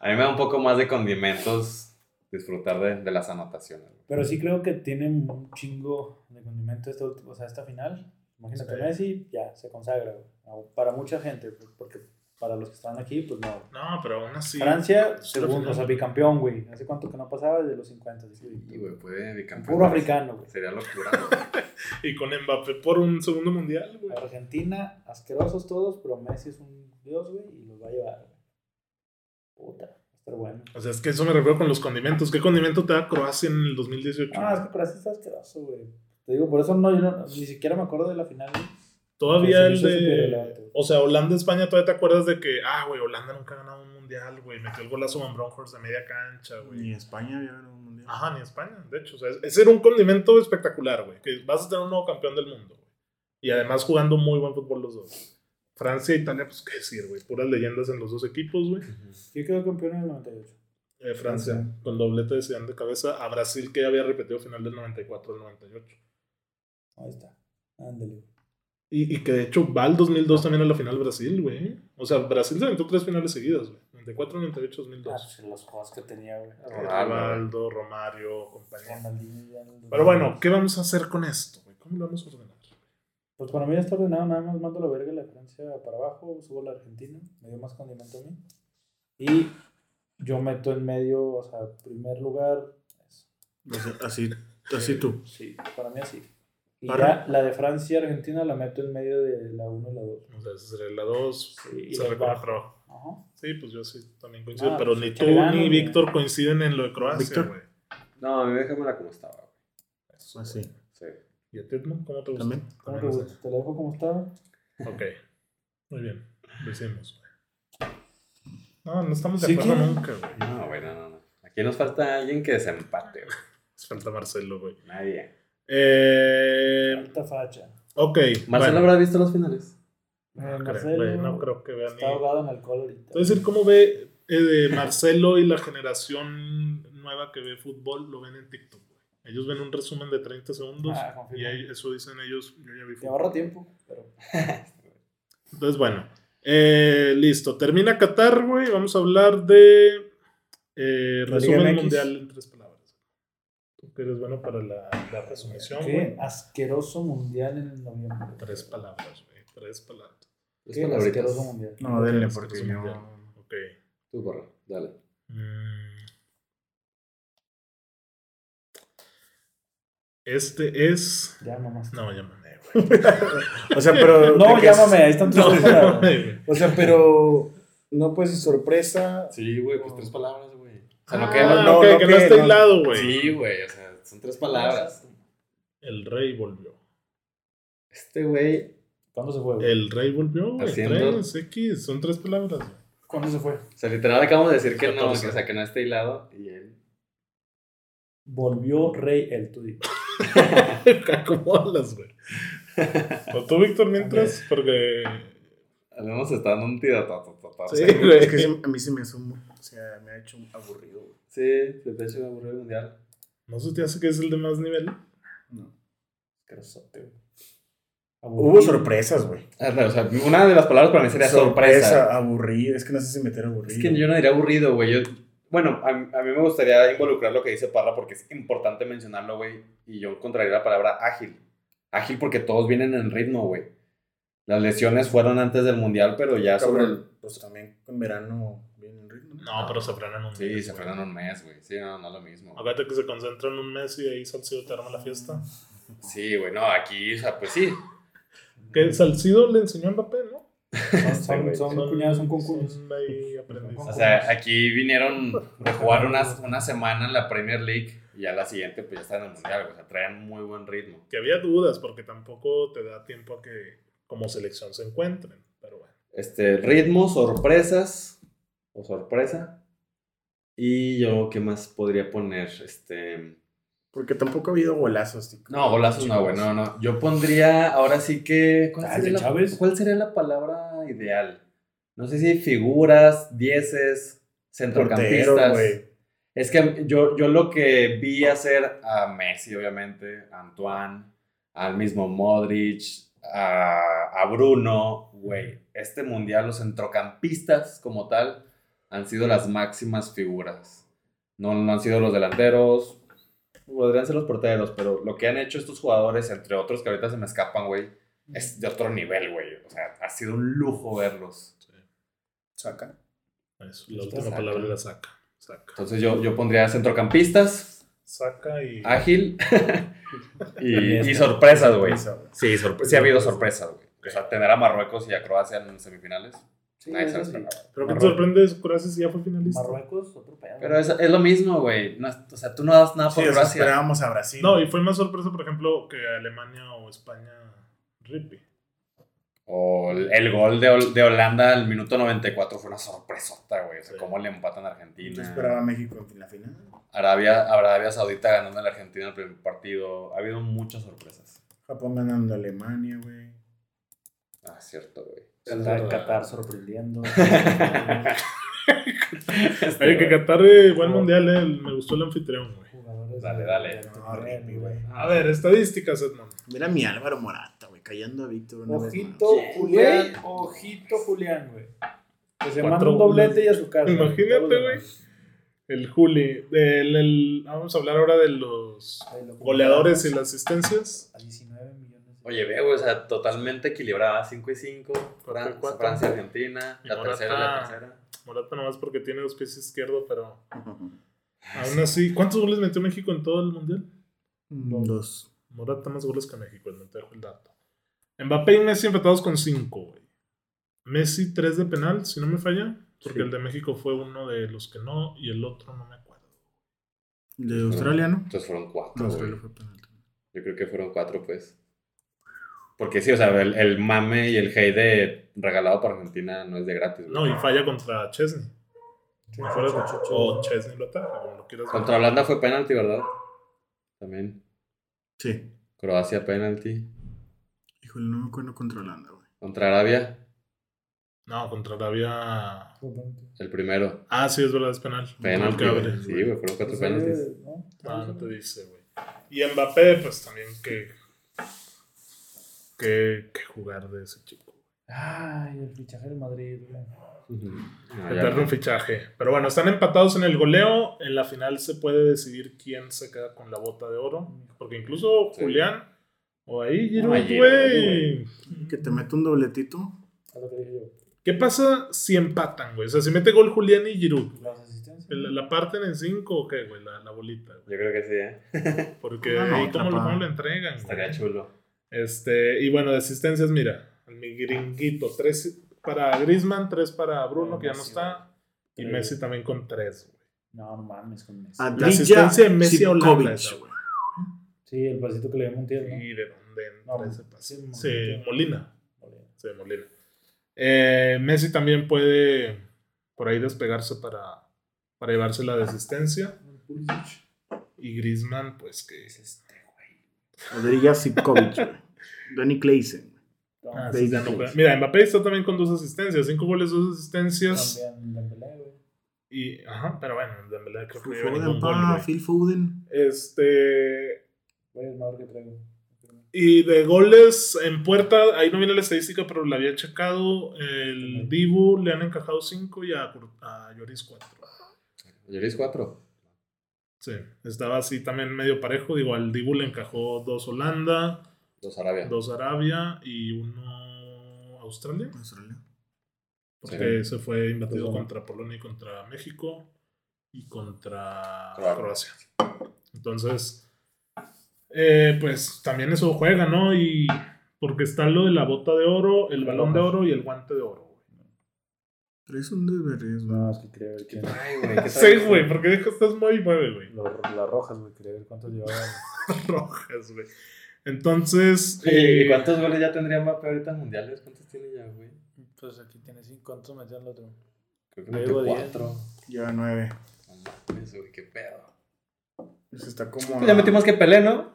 A mí me da un poco más de condimentos disfrutar de, de las anotaciones. güey. Pero sí creo que tienen un chingo de condimento esta, ulti- o sea, esta final. Imagínate, Sí. Messi ya se consagra. güey. O Para mucha gente, pues, porque para los que están aquí, pues no. No, pero aún así. Francia, Es la segundo, o sea, final. bicampeón, güey. Hace cuánto que no pasaba, desde los 50. dice Víctor. Y, güey, puede bicampeón. Puro africano, güey. Sería locura, güey. Y con Mbappé por un segundo mundial, güey. Argentina, asquerosos todos, pero Messi es un dios, güey, y los va a llevar. güey. Puta, va a estar bueno. O sea, es que eso me refiero con los condimentos. ¿Qué condimento te da Croacia en el 2018? Ah, es que para eso está asqueroso, güey. Te digo, por eso no, yo no- ni siquiera me acuerdo de la final. güey. Todavía el Sí, sí, sí, pero de. la- O sea, Holanda-España, todavía te acuerdas de que, ah, güey, Holanda nunca ha ganado un mundial, güey. Metió el golazo Van Bronckhorst de media cancha, güey. Ni España había ganado un mundial. Ajá, ni España, de hecho. O sea, es- ese era un condimento espectacular, güey. Que vas a tener un nuevo campeón del mundo, güey. Y además jugando muy buen fútbol los dos. Francia e Italia, pues qué decir, güey. Puras leyendas en los dos equipos, güey. Yo quedé campeón en el 98. Eh, Francia, con doblete de Zidane de cabeza. A Brasil, que ya había repetido final del 94 al 98. Ahí está. Ándale. Y, y que de hecho va al 2002 también a la final Brasil, güey. O sea, Brasil se aventó tres finales seguidas, güey. 94, 98, 2002. Ah, pues, los juegos que tenía, güey. Ronaldo, Rivaldo, Romario, compañía. Ah, Ronaldinho ya en el Pero bueno, ¿qué vamos a hacer con esto? güey? ¿Cómo lo vamos a ordenar? Pues para mí ya está ordenado, nada más mando la verga la de Francia para abajo, subo la Argentina, me dio más condimento a mí. Y yo meto en medio, o sea, primer lugar, eso. Así, así tú. Sí, para mí así. Y Para- ya la de Francia y Argentina la meto en medio de la 1 y la 2. O sea, esa sería la 2. Sí, y se los recuerda bajo. trabajo. Ajá. Sí, pues yo sí también coincido. Ah, pero pues, ni que tú ganan, ni güey. Víctor coinciden en lo de Croacia, Víctor. güey. No, a mí déjamela como estaba, güey. Eso, Así. güey. Sí. ¿Y a ti, Edmond? ¿Cómo te gusta? También. ¿Cómo te gusta? ¿Te la dejo como estaba? Ok. Muy bien. Lo hicimos, güey. No, no estamos de Sí, acuerdo ¿quién? nunca, güey. No, güey, no, no, no. Aquí nos falta alguien que desempate, güey. Nos falta Marcelo, güey. Nadie. Eh, Alta facha. ok. ¿Marcelo bueno. habrá visto los finales? Eh, No creo, Marcelo Ah, güey, no creo que vean Está ahogado en alcohol ahorita. Es decir, ¿cómo ve eh, de Marcelo y la generación nueva que ve fútbol? Lo ven en TikTok, güey. Ellos ven un resumen de 30 segundos Ah, confirmo. y ahí- eso dicen ellos, yo ya vi Te fútbol. ahorra tiempo, pero Entonces, bueno. eh, listo. Termina Qatar, güey. Vamos a hablar de eh, La Liga resumen MX. mundial en tres palabras. Tú que eres bueno para la, la resumición, qué güey. asqueroso mundial en noviembre. Tres palabras, güey. Tres palabras. Qué asqueroso mundial. No, denle Tienes que porque resumir. yo. Ok. Tú, corre, dale. Mm. Este es. Ya nomás. No, llámame, güey. O sea, pero. No, ¿de qué es? llámame, ahí están tus No, palabras. llámame, güey. O sea, pero. No, pues, y sorpresa. Sí, güey, pues tres palabras, güey. O sea, Ah, no queda. no, ok, no que no queda, está no. aislado, güey. Sí, güey, o sea, son tres palabras. El rey volvió. Este güey ¿Cuándo se fue? güey? El rey volvió, güey. Haciendo- Tres X, son tres palabras, güey. ¿Cuándo se fue? O sea, literal acabamos de decir que no, que, 14. o sea, que no está hilado. Y él. Volvió rey el Tudi. Acomodas, güey. O tú, Víctor, mientras, porque. Al menos está dando un tiro. ta, ta, ta, ta, Sí, o sea, güey. Es que sí, a mí se me hace. un- O sea, me ha hecho un aburrido, güey. Sí, se te ha hecho aburrido el mundial. No se te hace que es el de más nivel. No. Asquerosote, güey. Hubo Aburrido. sorpresas, güey. Ah, no, O sea, una de las palabras para mí sería sorpresa. aburrido. Es que no sé si meter aburrido. Es que yo no diría aburrido, güey. Yo, bueno, a, mí- a mí me gustaría involucrar lo que dice Parra porque es importante mencionarlo, güey. Y yo encontraría la palabra ágil. Ágil porque todos vienen en ritmo, güey. Las lesiones fueron antes del mundial, pero ya sobre el... Cabrón, pues también en verano viene el ritmo. No, pero se frenan un Sí, mes, se güey. frenan un mes, güey. Sí, no, no es lo mismo. Acuérdate que se concentran un mes y ahí Salcido te arma la fiesta. Sí, güey, no, aquí, o sea, pues sí. Que Salcido le enseñó a Mbappé, ¿no? Son, son, son cuñados, son concuños. Son ahí aprendices. O sea, aquí vinieron de jugar una, una semana en la Premier League y a la siguiente pues ya están en el Mundial, güey. o sea, traen muy buen ritmo. que había dudas porque tampoco te da tiempo a que como selección se encuentren. Pero bueno, Este, ritmo, sorpresas o sorpresa. Y yo, ¿qué más podría poner? Este, Porque tampoco ha habido golazos, tío. no, golazos no, güey, no, no. Yo pondría, ahora sí que, ¿cuál, Ah, sería ¿de la, Chávez? cuál sería la palabra ideal? No sé si figuras, dieces, centrocampistas. Portero, güey. Es que yo, yo lo que vi hacer a Messi, obviamente, a Antoine, al mismo Modric, a, a Bruno, güey, este mundial, los centrocampistas como tal, han sido las máximas figuras. No, no han sido los delanteros, podrían ser los porteros, pero lo que han hecho estos jugadores, entre otros que ahorita se me escapan, güey, es de otro nivel, güey. O sea, ha sido un lujo verlos. Saca. eso, la Está última saca. palabra la saca. Saca. Entonces yo, yo pondría centrocampistas, Saca y. ágil y, y sorpresas, güey. Sí, sorpre- sí ha habido sorpresas, güey. O sea, tener a Marruecos y a Croacia en semifinales. Sí, nadie se lo eso sí. esperaba. Pero que te Marruecos. sorprendes, Croacia si ya fue finalista. Marruecos, otro pedo. Pero es, es lo mismo, güey. No es- o sea, tú no das nada Sí, por o sea, Croacia. esperábamos a Brasil. No, y fue más sorpresa, por ejemplo, que Alemania o España. Rippy. O el, el gol de, Hol- de Holanda al minuto 94 fue una sorpresota, güey. O sea, Sí. cómo le empatan a Yo Argentina. esperaba a México en la final. Arabia, Arabia Saudita ganando a la Argentina el primer partido. Ha habido muchas sorpresas. Japón ganando a Alemania, güey. Ah, cierto, güey. Qatar, Qatar sorprendiendo. Este, Oye, que güey. Qatar, eh, buen mundial, eh, me gustó el anfitrión, güey. Jugadores Dale, de- dale. Ah, de alto No, nivel, Ricky, güey. güey. A ver, estadísticas, Edmond. Mira mi Álvaro Morata, güey, cayendo a Víctor una vez más. Ojito Julián, ojito Julián, güey. Que se manda un doblete y a su casa. Imagínate, Todos los güey. demás. El Juli. El, el- vamos a hablar ahora de los Ahí lo goleadores y compramos las asistencias. A 19 millones. de- Oye, ve, güey, o sea, totalmente equilibrada. 5 y 5. Cuatro y cuatro. Francia, Argentina. Y La Morata. tercera, la tercera. Morata nomás porque tiene dos pies izquierdos, pero aún así. ¿Cuántos goles metió México en todo el mundial? Dos. Morata más goles que México, no te dejo el dato. Mbappé y Messi empatados con cinco, güey. Messi tres de penal, si no me falla, porque Sí. el de México fue uno de los que no y el otro no me acuerdo. De Australia, ¿no? Entonces fueron cuatro. No, güey. Australia fue penalti. Yo creo que fueron cuatro, pues. Porque sí, o sea, el, el mame y el hate de regalado por Argentina no es de gratis. No, güey. y falla contra Chesney. Chucho, Fuera de- chucho, o chucho. Chesney lo ataca, como lo quieras ver. Contra Holanda fue penalti, ¿verdad? También. Sí. Croacia penalti. Híjole, no me acuerdo controlando, güey. Contra Arabia, No, contra Arabia. el primero. Ah, sí, es verdad, es penal. Penalti. Creo que güey. abre. Sí, güey, fueron cuatro Pues, penaltis. eh, ¿no? Ah, no te dice, güey. Y Mbappé, pues también que. Que, que jugar de ese chico. Ay, el fichaje del Madrid, güey. No, Ah, ya Eterno no. fichaje. Pero bueno, están empatados en el goleo. En la final se puede decidir quién se queda con la bota de oro. Porque incluso Sí. Julián o ahí Giroud, Ah, Giroud, güey. Mm, Que Mm. te mete un dobletito. Es lo que dije yo. ¿Qué pasa si empatan, güey? O sea, si mete gol Julián y Giroud. Las asistencias. ¿La, la parten en cinco o qué, güey? La, la bolita. güey. Yo creo que sí, ¿eh? Porque Una ahí nota, cómo lo, pa. cómo lo entregan, güey. Estaría chulo. Este, y bueno, de asistencias, mira, mi gringuito, tres para Grisman, tres para Bruno, que ya no Messi, está, y Tres. Messi también con tres. güey. No, no mames con Messi. Ah, La asistencia de Messi a Holanda, Sivkovic, esa, güey. Sí, el pasito que le dio Montiel, ¿no? ¿Y de dónde entra No, ese sí, pase? Molina. Sí, Molina. Molina. Sí, Molina. Eh, Messi también puede por ahí despegarse para, para llevarse la de asistencia. Pulisic. Y Grisman, pues que. Es este, güey. Rodrigo Sivkovic, güey. Danny Clayson. güey. No, Ah, sí, sí, ya no sí. juega. Mira, Mbappé está también con dos asistencias, cinco goles, dos asistencias. También Dembélé, güey. Y, ajá, pero bueno, Dembélé creo que no lleva Foden, ningún gol, pa, güey. Phil Foden. Este. Güey, el mejor que traigo. Y de goles en puerta, ahí no viene la estadística, pero la había checado. El Dibu le han encajado 5 y a, Cur- a Lloris 4. Lloris cuatro. Sí, estaba así también medio parejo. Digo, al Dibu le encajó 2 Holanda, Dos Arabia. 2 Arabia y 1 Australia. Australia. Porque se fue imbatido Pues, bueno. contra Polonia y contra México y contra Croacia. Croacia. Entonces, eh, pues también eso juega, ¿no? Y Porque está lo de la bota de oro, el balón de oro y el guante de oro. Traes un desvergüenza. No, es que quería ver quién. Ay, güey. ¿qué Seis, tal? güey, porque dijo estás muy nueve, güey. Los, las rojas, güey. Quería ver cuántos llevaban. Rojas, güey. Entonces. eh, ¿Y cuántos goles ya tendría Mbappé ahorita en mundiales? ¿Cuántos tiene ya, güey? Pues aquí tiene cinco. ¿Cuántos metió el otro? Creo que Yo metió digo diez. cuatro. Lleva nueve. No mames, güey, qué pedo. Pues está como. Pues ya metimos que Pelé, ¿no?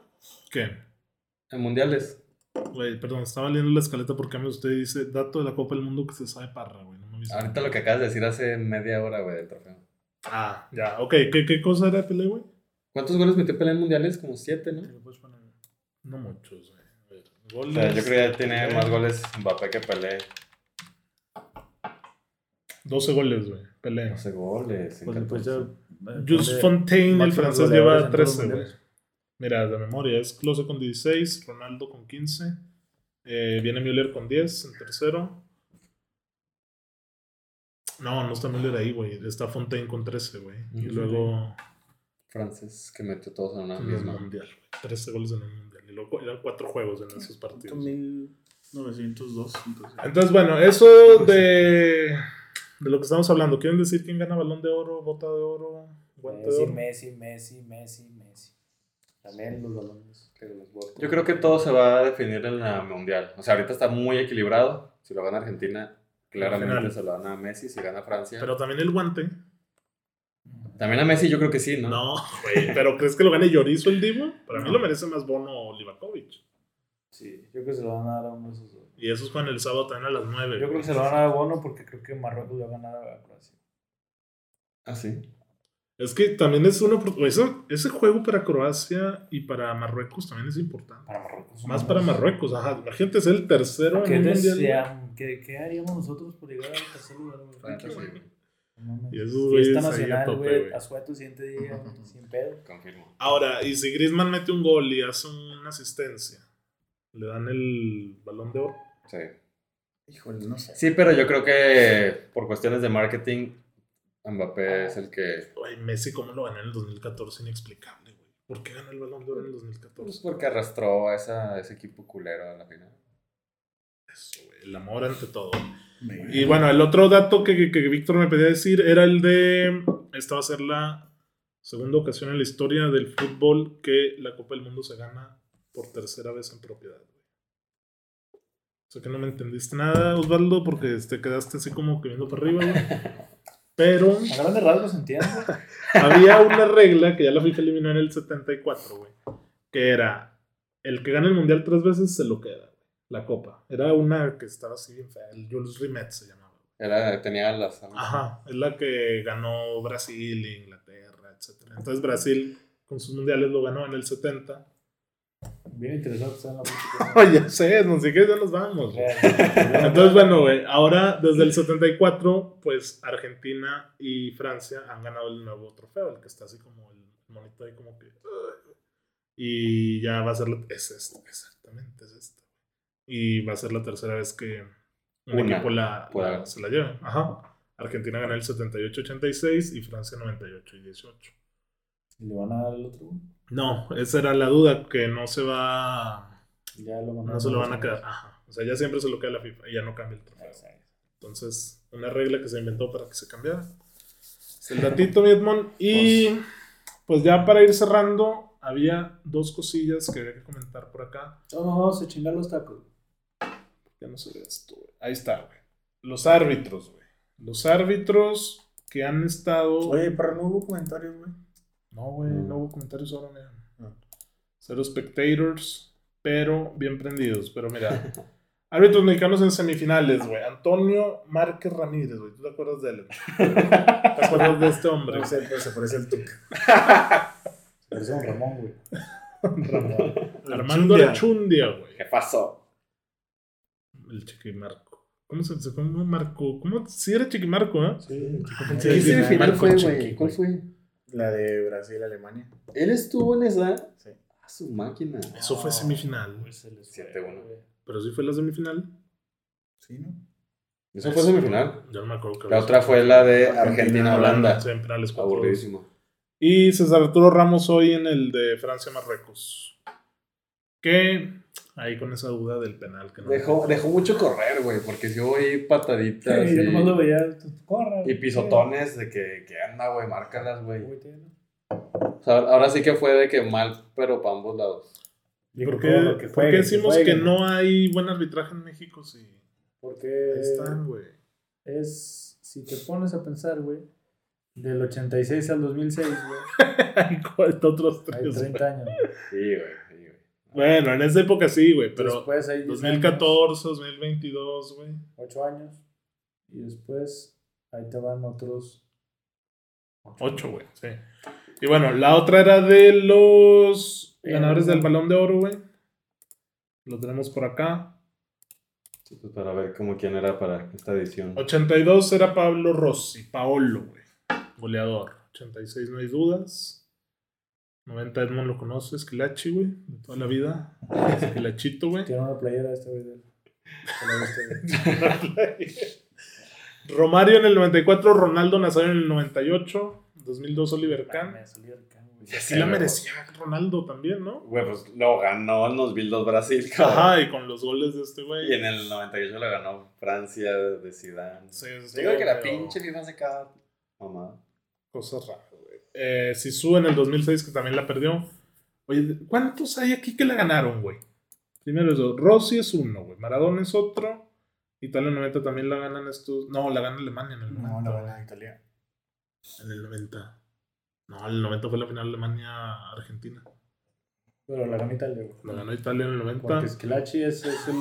¿Qué? En mundiales. Güey, perdón, estaba leyendo la escaleta porque a mí usted dice dato de la Copa del Mundo que se sabe parra, güey. No me avisaron. Ahorita lo que acabas de decir hace media hora, güey, del trofeo. Ah, ya, ok. ¿Qué, qué cosa era Pelé, güey? ¿Cuántos goles metió Pelé en mundiales? Como siete, ¿no? Pues, Te lo puedes poner. No muchos, güey. A ver, O Goles. eh, sea, yo creo que ya tiene más goles Mbappé que Pelé. 12 goles, güey. Pelé. 12 goles. en Pues, pues ya. 14. Jules Fontaine, el máximos francés, goleadores lleva en todos 13, los güey. Mira, de memoria, es Klose con 16, Ronaldo con 15, eh, viene Müller con 10 en tercero. No, no está Müller ahí, güey. Está Fontaine con 13, güey. Y Ujú. luego francés que metió todos en una en el misma. Mundial. güey. 13 goles en el Mundial. Y luego eran cuatro juegos en esos partidos. 1902. entonces. Entonces, bueno, eso de, de lo que estamos hablando. ¿Quieren decir quién gana balón de oro, bota de oro, guante de Messi, oro? Messi, Messi, Messi, Messi. También los balones. Que los botan. Yo creo que todo se va a definir en la mundial. O sea, ahorita está muy equilibrado. Si lo gana Argentina, claramente Final. se lo gana a Messi. Si gana Francia, Pero también el guante. también a Messi, yo creo que sí, ¿no? No, güey. ¿Pero crees que lo gane Llorizo el Divo? Para mí lo merece más Bono o Livakovic. Sí, yo creo que se lo van a dar a uno de esos dos. Y esos juegan el sábado también a las 9. Yo creo que se lo van a dar a Bono porque creo que Marruecos le va a ganar a Croacia. Ah, sí. Es que también es una opor- güey, eso- Ese juego para Croacia y para Marruecos también es importante. Para Marruecos. Más Ah, ¿no? para Marruecos, ajá. La gente es el tercero ¿Qué, en un mundial. deseamos- qué- qué haríamos nosotros por llegar al tercer lugar? güey? La neta, sí, güey. No mames. Y esos güeyes Fiesta ahí a nacional, tope, güey. güey. A sueto siguiente día, sin pedo. Confirmo. Ahora, y si Griezmann mete un gol y hace una asistencia, ¿le dan el balón de oro? Sí. Híjole, no sé. Sí, pero yo creo que por cuestiones de marketing, Mbappé es el que. Güey, Messi, ¿cómo lo ganó en el 2014? Inexplicable, güey. ¿Por qué ganó el balón de oro en el 2014? Pues porque arrastró a esa, ese equipo culero a la final. Eso, güey, El amor ante todo. Y bueno, el otro dato que, que- que Víctor me pedía decir era el de. Esta va a ser la segunda ocasión en la historia del fútbol que la Copa del Mundo se gana por tercera vez en propiedad. O sea que no me entendiste nada, Osvaldo, porque te quedaste así como que viendo para arriba, güey. Pero A grandes rasgos entiendo. había una regla que ya la FIFA eliminó en el 74, güey. Que era: el que gana el mundial tres veces se lo queda, güey. La copa. Era una que estaba así bien fea. El Jules Rimet se llamaba. Era, tenía las. Ajá, es la que ganó Brasil, Inglaterra, etcétera. Entonces Brasil con sus mundiales lo ganó en el 70. Bien interesado que está en la música. Oye, sé, nos dije, ya nos vamos. güey. Entonces, Entonces, bueno, güey, ahora desde el 74, pues Argentina y Francia han ganado el nuevo trofeo, el que está así como el monito ahí como que... "Ugh". Y ya va a ser... la- Es este, exactamente, es este. Y va a ser la tercera vez que un Una, equipo la, la- pueda. se la lleve. Ajá. Argentina ganó el 78-86 y Francia 98-18. ¿Le van a dar el otro? güey? No, esa era la duda, que no se va... Ya lo mandaron No se lo van a los quedar. Ajá. O sea, ya siempre se lo queda la FIFA y ya no cambia el trofeo. amigos. Exacto. Entonces, una regla que se inventó para que se cambiara. Es el datito, mi Edmond. Y pues ya para ir cerrando, había dos cosillas que había que comentar por acá. No, no, vamos a chingar los tacos. Ya no se ve esto, güey. Ahí está, güey. Los árbitros, güey. Los árbitros que han estado. Oye, para no hubo comentarios, güey. No, güey, No. no hubo comentarios ahora, mira. Ah. Cero spectators, pero bien prendidos. Pero mira, árbitros mexicanos en semifinales, güey. Antonio Márquez Ramírez, güey. ¿Tú te acuerdas de él? ¿Te acuerdas de este hombre? No sé, pero se parece al Tuca. Pero son Ramón, güey. Armando Chundia. Archundia, güey. ¿Qué pasó? El Chiquimarco. ¿Cómo se dice? ¿Cómo Marco? ¿Cómo? Sí era Chiquimarco, ¿eh? Sí. Sí, ¿Qué sí, sí. semifinal Marco fue, Chiqui, güey? ¿Cuál güey. fue? La de Brasil, Alemania. Él estuvo en esa. Sí. A su máquina. Eso fue semifinal. güey, se les fue, 7-1. güey. Pero sí fue la semifinal. Sí, ¿no? Eso fue semifinal. Yo no me acuerdo que La otra fue la de Argentina-Holanda. Siempre a las cuatro. Aburridísimo. Y César Arturo Ramos hoy en el de Francia-Marruecos. Que Ahí con esa duda del penal que no. Dejó, dejó mucho correr, güey, porque si voy pataditas yo nomás lo y, veía. Corre. y pisotones de que, que anda, güey, márcalas, güey. O sea, ahora sí que fue de que mal, pero para ambos lados. ¿Por qué- ¿Por qué, decimos que no hay buen arbitraje en México si Porque ahí están, güey? es. Si te pones a pensar, güey. Del 86 al 2006, güey. Hay cuatro- otros tres. Hay güey. 30 años. Sí, güey, sí, güey. Bueno, en esa época sí, güey, pero después hay 10 2014, 2022, güey. Años, 8 años. Y después ahí te van otros. Ocho, güey, sí. Y bueno, la otra era de los ganadores del Balón de Oro, güey. Lo tenemos por acá. Sí, pues, Para ver cómo quién era para esta edición. 82 era Pablo Rossi, Paolo, güey. Goleador. 86, no hay dudas. 90, Edmond lo conoces, Quilachi, güey. De toda la vida. Ese Quilachito, güey. Tiene una playera este güey. de- que le gusta, güey. Romario en el 94, Ronaldo Nazario en el 98. 2002, Oliver Kahn. Me salió el can, güey. Ya Sí sé, la güey. merecía Ronaldo también, ¿no? Güey, pues lo ganó en los Bildos Brasil, cabrón. Ajá, y con los goles de este Y en güey. el 98 la ganó Francia de Zidane. Sí, eso Digo que la estuvo medio- pinche FIFA se caga. Mamá. Cosas raras, güey. Eh, Sisu en el 2006, que también la perdió. Oye, ¿cuántos hay aquí que la ganaron, güey? Primero eso, Rossi es uno, güey. Maradona es otro. Italia 90 también la ganan estos. No, la gana Alemania en el 90. No, la verdad, Italia. En el 90. No, el 90 fue la final Alemania-Argentina. Pero la ganita le güey. La ganó Italia en el 90. Porque Esquilachi es, es el.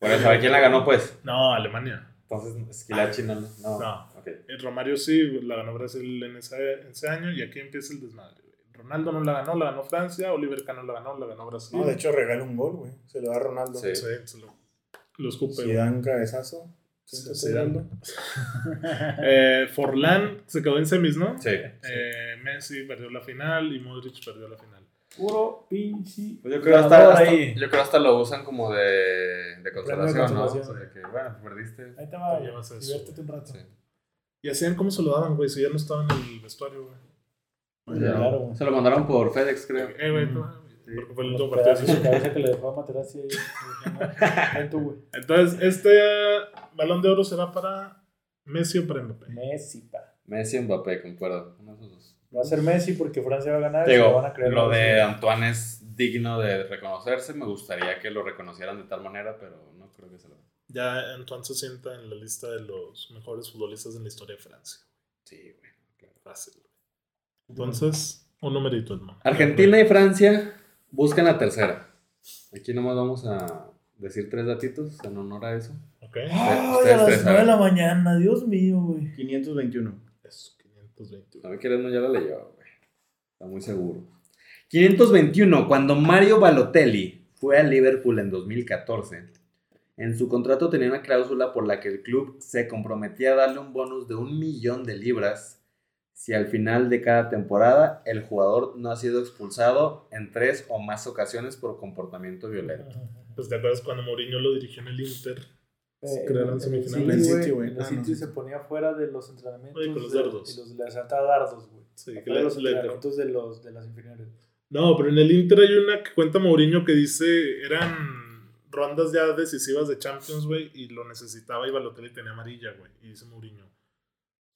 Bueno, ¿sabes quién la ganó, pues? No, Alemania. Entonces, Esquilachi no. No. No. Ok. El Romario sí, la ganó Brasil en ese, en ese año y aquí empieza el desmadre. güey. Ronaldo no la ganó, la ganó Francia. Oliver Kahn no la ganó, la ganó Brasil. No, de hecho regala un gol, güey. Se lo da a Ronaldo. Sí. Sí, se lo, lo escupe, Si güey. dan cabezazo. siéntate, Sí, Zidane. Ronaldo. Eh, Forlán se quedó en semis, ¿no? Sí. Eh, Messi perdió la final y Modric perdió la final. Puro pinche. Pues yo creo hasta, ganador hasta- ahí. yo creo hasta lo usan como de, de consolación, ¿no? O consolación. sea, de que, bueno, perdiste. Ahí te va. Te güey. llevas eso. Diviértete un rato. Sí. Y hacían como se lo daban, güey, si ya no estaban en el vestuario, güey. Ya, claro, güey. Se lo mandaron por FedEx, creo. Eh, güey, Mm. no, porque fue el Los último pedazos partido. de cabeza que le dejó a Materazzi ahí. Ven tú, güey. Entonces, este balón de oro será para Messi o para Mbappé. Messi, pa. Messi Mbappé, concuerdo. Uno de esos dos. Va a ser Messi porque Francia va a ganar. Te y se Digo, van a creer lo los- de Antoine es digno de reconocerse. Me gustaría que lo reconocieran de tal manera, pero no creo que se lo. Ya Antoine se sienta en la lista de los mejores futbolistas en la historia de Francia. Sí, güey. claro. Fácil, güey. Entonces, un numerito, hermano. Argentina y Francia buscan la tercera. Aquí nomás vamos a decir tres datitos en honor a eso. Ok. Ay, Ustedes a las tres 9 de la saben. mañana. Dios mío, güey. 521. Eso, 521. No me quieres, no, ya la leyó, güey. Está muy seguro. 521. Cuando Mario Balotelli fue a Liverpool en 2014, en su contrato tenía una cláusula por la que el club se comprometía a darle un bonus de un millón de libras si al final de cada temporada el jugador no ha sido expulsado en tres o más ocasiones por comportamiento violento. Pues te acuerdas cuando Mourinho lo dirigió en el Inter. Se Eh, crearon en- en el semifinales. City, En güey, City, güey. en el Ah, no, City sí. se ponía fuera de los entrenamientos. Oye, con los de- dardos. Y los, le saltaba dardos, güey. Sí, que Fuera de le- los le- entrenamientos de, los, de las inferiores. No, pero en el Inter hay una que cuenta Mourinho que dice eran rondas ya decisivas de Champions, güey, y lo necesitaba y Balotelli tenía amarilla, güey. Y dice Mourinho,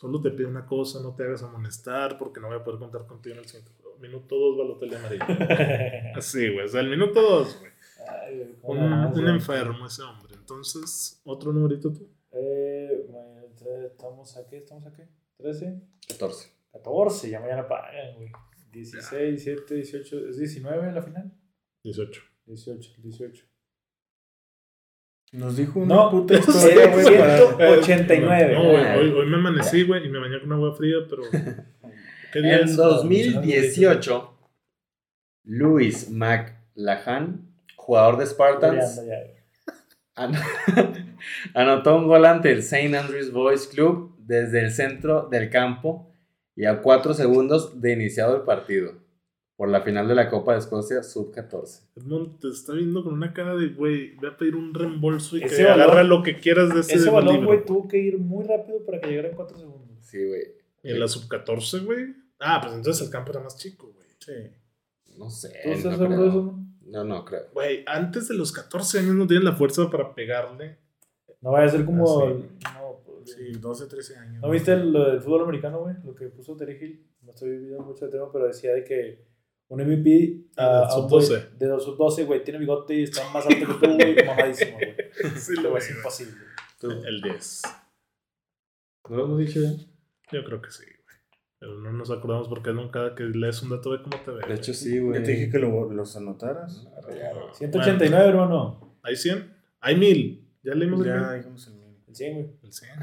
solo te pido una cosa, no te hagas amonestar porque no voy a poder contar contigo en el siguiente juego. Minuto 2, Balotelli amarilla. Así, güey, o sea, el minuto 2, güey. Ay, güey, cómo Un, la amas, un güey. enfermo ese hombre. Entonces, otro numerito tú. Eh, güey, tre- estamos aquí, estamos aquí. 13, 14. 14, ya mañana pagan, güey. 16, 17, 18, ¿es 19 la final? 18. 18, 18. Nos dijo una No, eh, puta historia, güey. para- 189. No, güey, hoy, hoy me amanecí, güey, y me bañé con agua fría, pero. ¿Qué día En es? 2018, Luis McLahan, jugador de Spartans, Peleando ya, güey. an- anotó un gol ante el St. Andrews Boys Club desde el centro del campo y a 4 segundos de iniciado el partido por la final de la Copa de Escocia Sub-14. Edmond te está viendo con una cara de, güey, voy a pedir un reembolso y Ese que balón- agarra lo que quieras de ese, Ese balón, libro. güey, tuvo que ir muy rápido para que llegara en 4 segundos. Sí, güey. Y En la sub-14, güey. Ah, pues entonces el campo era más chico, güey. Sí. No sé. ¿Tú no estás creo. seguro de eso, no? No, no, creo. Güey, antes de los 14 años no tienes la fuerza para pegarle. No vaya a ser como. Ah, sí. no, pues, Sí, 12, 13 años. ¿No viste el, lo del fútbol americano, güey? Lo que puso Terry Hill. No estoy viviendo mucho el tema, pero decía de que un MVP Ah, a- a un güey sub-12. de los sub-12, güey, tiene bigote y está más alto que tú, güey, mamadísimo, güey. Sí, Lo voy es imposible. El 10. ¿No lo hemos dicho ya? Yo creo que sí, güey. Pero no nos acordamos porque nunca que lees un dato de cómo te ve. De güey. hecho, sí, Yo güey. te dije que lo- los anotaras. Bueno, 189, hermano. ¿Hay 100? ¿Hay 1000? ¿Ya leímos el Ya 1000? dijimos el mío. El 100, güey. El 100. El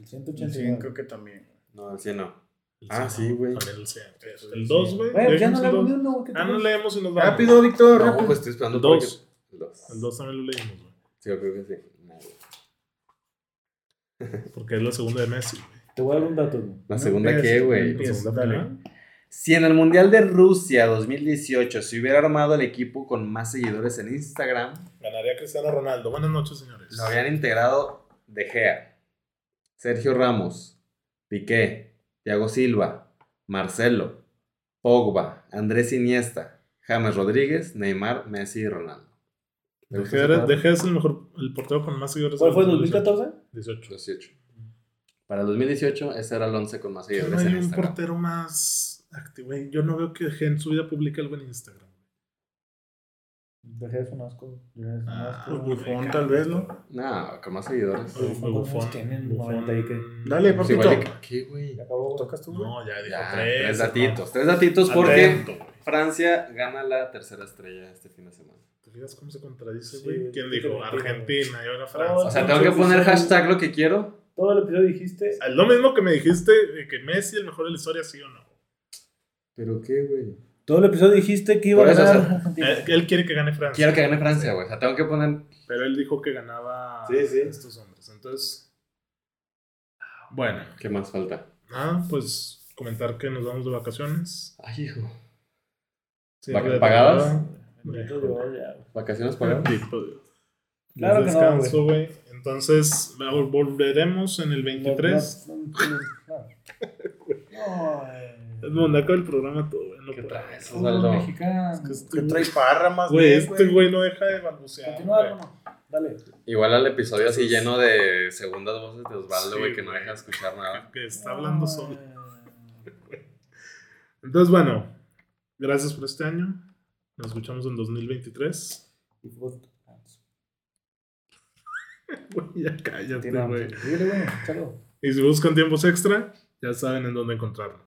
El 100 189. creo que también. No, el 100 no. El Ah, 100, sí, güey. También el 100. Sí, El sí. 2, güey. Güey, ya Leímos no el le hago dos. ni uno, güey. ¿qué Ah, no tal? leemos y nos vamos. Rápido, Víctor. No, rápido. pues estoy esperando El dos. porque- El 2. El 2 también lo leímos, güey. Sí, yo creo que sí. No, güey. Porque es la segunda de Messi, güey. Te voy a dar un dato, güey. La No segunda, empieces, ¿qué, no güey? empieces. La Yes, segunda dale. final. Si en el Mundial de Rusia 2018 se hubiera armado el equipo con más seguidores en Instagram, Ganaría Cristiano Ronaldo. Buenas noches, señores. lo habrían integrado De Gea, Sergio Ramos, Piqué, Thiago Silva, Marcelo, Pogba, Andrés Iniesta, James Rodríguez, Neymar, Messi y Ronaldo. ¿Me gusta Dejé, ese cuadro? es el mejor, el portero con más seguidores. ¿Cuál fue el en 2014? 18. 18. Para el 2018, ese era el 11 con más No seguidores hay en un Instagram. portero más activo, güey. Yo no veo que Gen en su vida publique algo en Instagram. Dejé de un asco. Dejé de sonar Ah. asco. pues Buffon, tal vez, ¿no? No, con más seguidores. Pero Buffon, ¿cuántos tienen? 90 y qué. Dale, Pues papito. igual que- ¿Qué, güey? Ya acabó, güey. ¿Tocas tú, güey? No, ya dijo Ya, tres. tres hermano. datitos. Pues, Tres datitos porque Atento, güey. Francia gana la tercera estrella este fin de semana. ¿Te fijas cómo se contradice, Sí, güey? güey, ¿Quién yo dijo? creo que- Argentina, y ahora O Francia. sea, tengo que poner hashtag lo que quiero. Todo el episodio dijiste. Es lo mismo que me dijiste de que Messi el mejor de la historia, sí o no. ¿Pero qué, güey? Todo el episodio dijiste que iba a Por eso, ganar o sea, Argentina. Eh, Él, él quiere que gane Francia. Quiero que gane Francia, güey. O sea, tengo que poner. Pero él dijo que ganaba Sí, sí. estos hombres. Entonces, bueno, ¿Qué más falta? nada, pues comentar que nos vamos de vacaciones. Ay, hijo. Cierre de ¿Pagadas? temporada. Bendito Dios, ya, güey. ¿Vacaciones pagadas? Tipo de- Claro que no, descanso, güey. Entonces, vol- volveremos en el 23. No, no, no, no. eh, Ay, Es Monaco el programa todo, güey. No ¿Qué puedo. traes, fútbol Osvaldo? mexicano. Es que ¿Qué este- traes parra más Güey, bien, este güey no deja de balbucear. Continúa, güey. hermano. Dale. Igual al episodio así lleno de segundas voces de Osvaldo, Sí, güey, que no güey. deja de escuchar nada. Que está hablando Ay. solo. Entonces, bueno, gracias por este año. Nos escuchamos en 2023. Y fútbol. Güey, ya cállate, Continuamos. Este güey. Dile, güey, échalo. Y si buscan tiempos extra, ya saben en dónde encontrarlo.